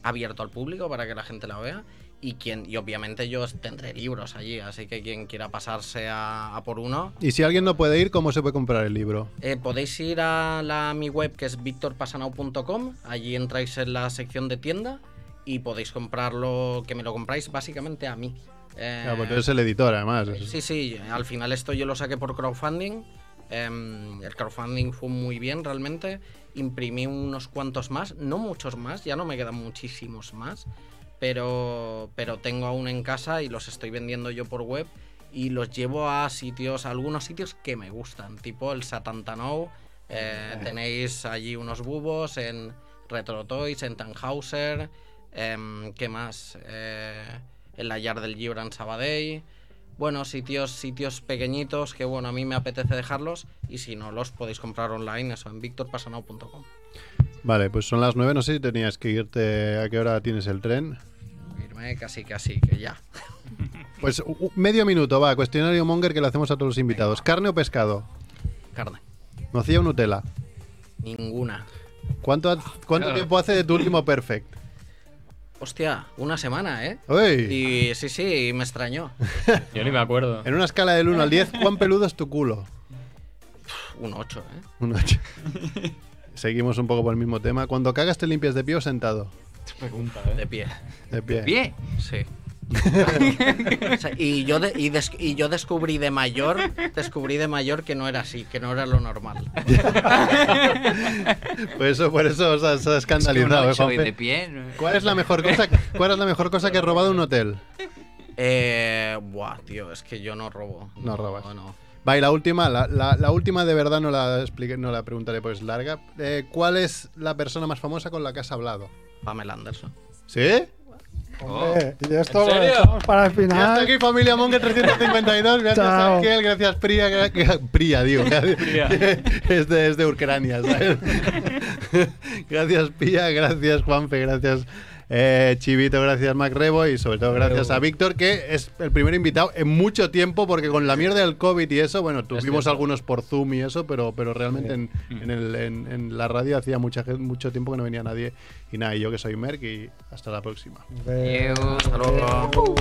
abierto al público para que la gente la vea. Y, quien, y obviamente yo tendré libros allí, así que quien quiera pasarse a, a por uno,
Y si alguien no puede ir, ¿cómo se puede comprar el libro?
eh, podéis ir a la, mi web que es victorpasanau.com, allí entráis en la sección de tienda y podéis comprarlo, que me lo compráis básicamente a mí. Eh,
Claro, porque es el editor, además.
Sí, sí, al final esto yo lo saqué por crowdfunding. Em, el crowdfunding fue muy bien realmente. Imprimí unos cuantos más, no muchos más, ya no me quedan muchísimos más, pero, pero tengo aún en casa y los estoy vendiendo yo por web y los llevo a sitios, a algunos sitios que me gustan, tipo el Satantanou. eh, tenéis allí unos bubos en Retro Toys, en Tannhauser. em, ¿Qué más? Eh, en la Yard del Llibre en Sabadell. Bueno, sitios, sitios pequeñitos que bueno, a mí me apetece dejarlos y si no los podéis comprar online, eso en victorpasanao.com.
Vale, pues son las nueve. No sé si tenías que irte. ¿A qué hora tienes el tren?
Irme casi, casi, que ya.
Pues u- u- medio minuto, va. Cuestionario Monger que le hacemos a todos los invitados. ¿Carne o pescado?
Carne,
¿Nocilla o Nutella?
ninguna.
¿Cuánto, ha- cuánto
Claro.
tiempo hace de tu último perfect?
Hostia, una semana, ¿eh?
¡Uy!
Y sí, sí, y me
[LAUGHS]
extrañó.
Yo ni me acuerdo.
En una escala del 1 al 10, ¿cuán peludo es tu culo?
Un 8, ¿eh?
Un
[LAUGHS]
8. Seguimos un poco por el mismo tema. Cuando cagas, ¿te limpias de pie o sentado?
Pregunta,
De pie.
De pie.
Bien.
[LAUGHS]
Sí. O sea, y, yo de- y, des- y yo descubrí de mayor, descubrí de mayor que no era así, que no era lo
[LAUGHS]
normal.
Por Pues eso, por eso os has, os has escandalizado,
Uno
¿eh,
ocho y de
Juanfe?
pie. no-
¿Cuál es la mejor cosa? ¿Cuál es la mejor cosa que has robado en un hotel?
Eh, buah, tío, es que yo no robo.
No robas.
No, no.
Va, y la última, la, la- la última de verdad no la expliqué, no la preguntaré porque es larga. Eh, ¿Cuál es la persona más famosa con la que has hablado?
Pamela Anderson.
¿Sí?
Oh.
Hombre, y esto lo
¿En serio?
dejamos para el
Y hasta
final.
aquí familia Monger 352, gracias
Chao.
a Ángel, gracias Priya, gra- gra- Priya, digo,
Priya.
[LAUGHS] es de, es de Ucrania, ¿sabes? [LAUGHS] gracias Priya, gracias Juanfe, gracias eh, Chivito, gracias Mac Rebo y sobre todo gracias a Víctor, que es el primer invitado en mucho tiempo, porque con la mierda del COVID y eso, bueno, tuvimos
cierto.
algunos por Zoom y eso, pero, pero realmente en, en el- en- en la radio hacía mucha, gen- mucho tiempo que no venía nadie. Y nada, y yo que soy Merck y hasta la próxima.
Eh,
Adiós.
Hasta luego.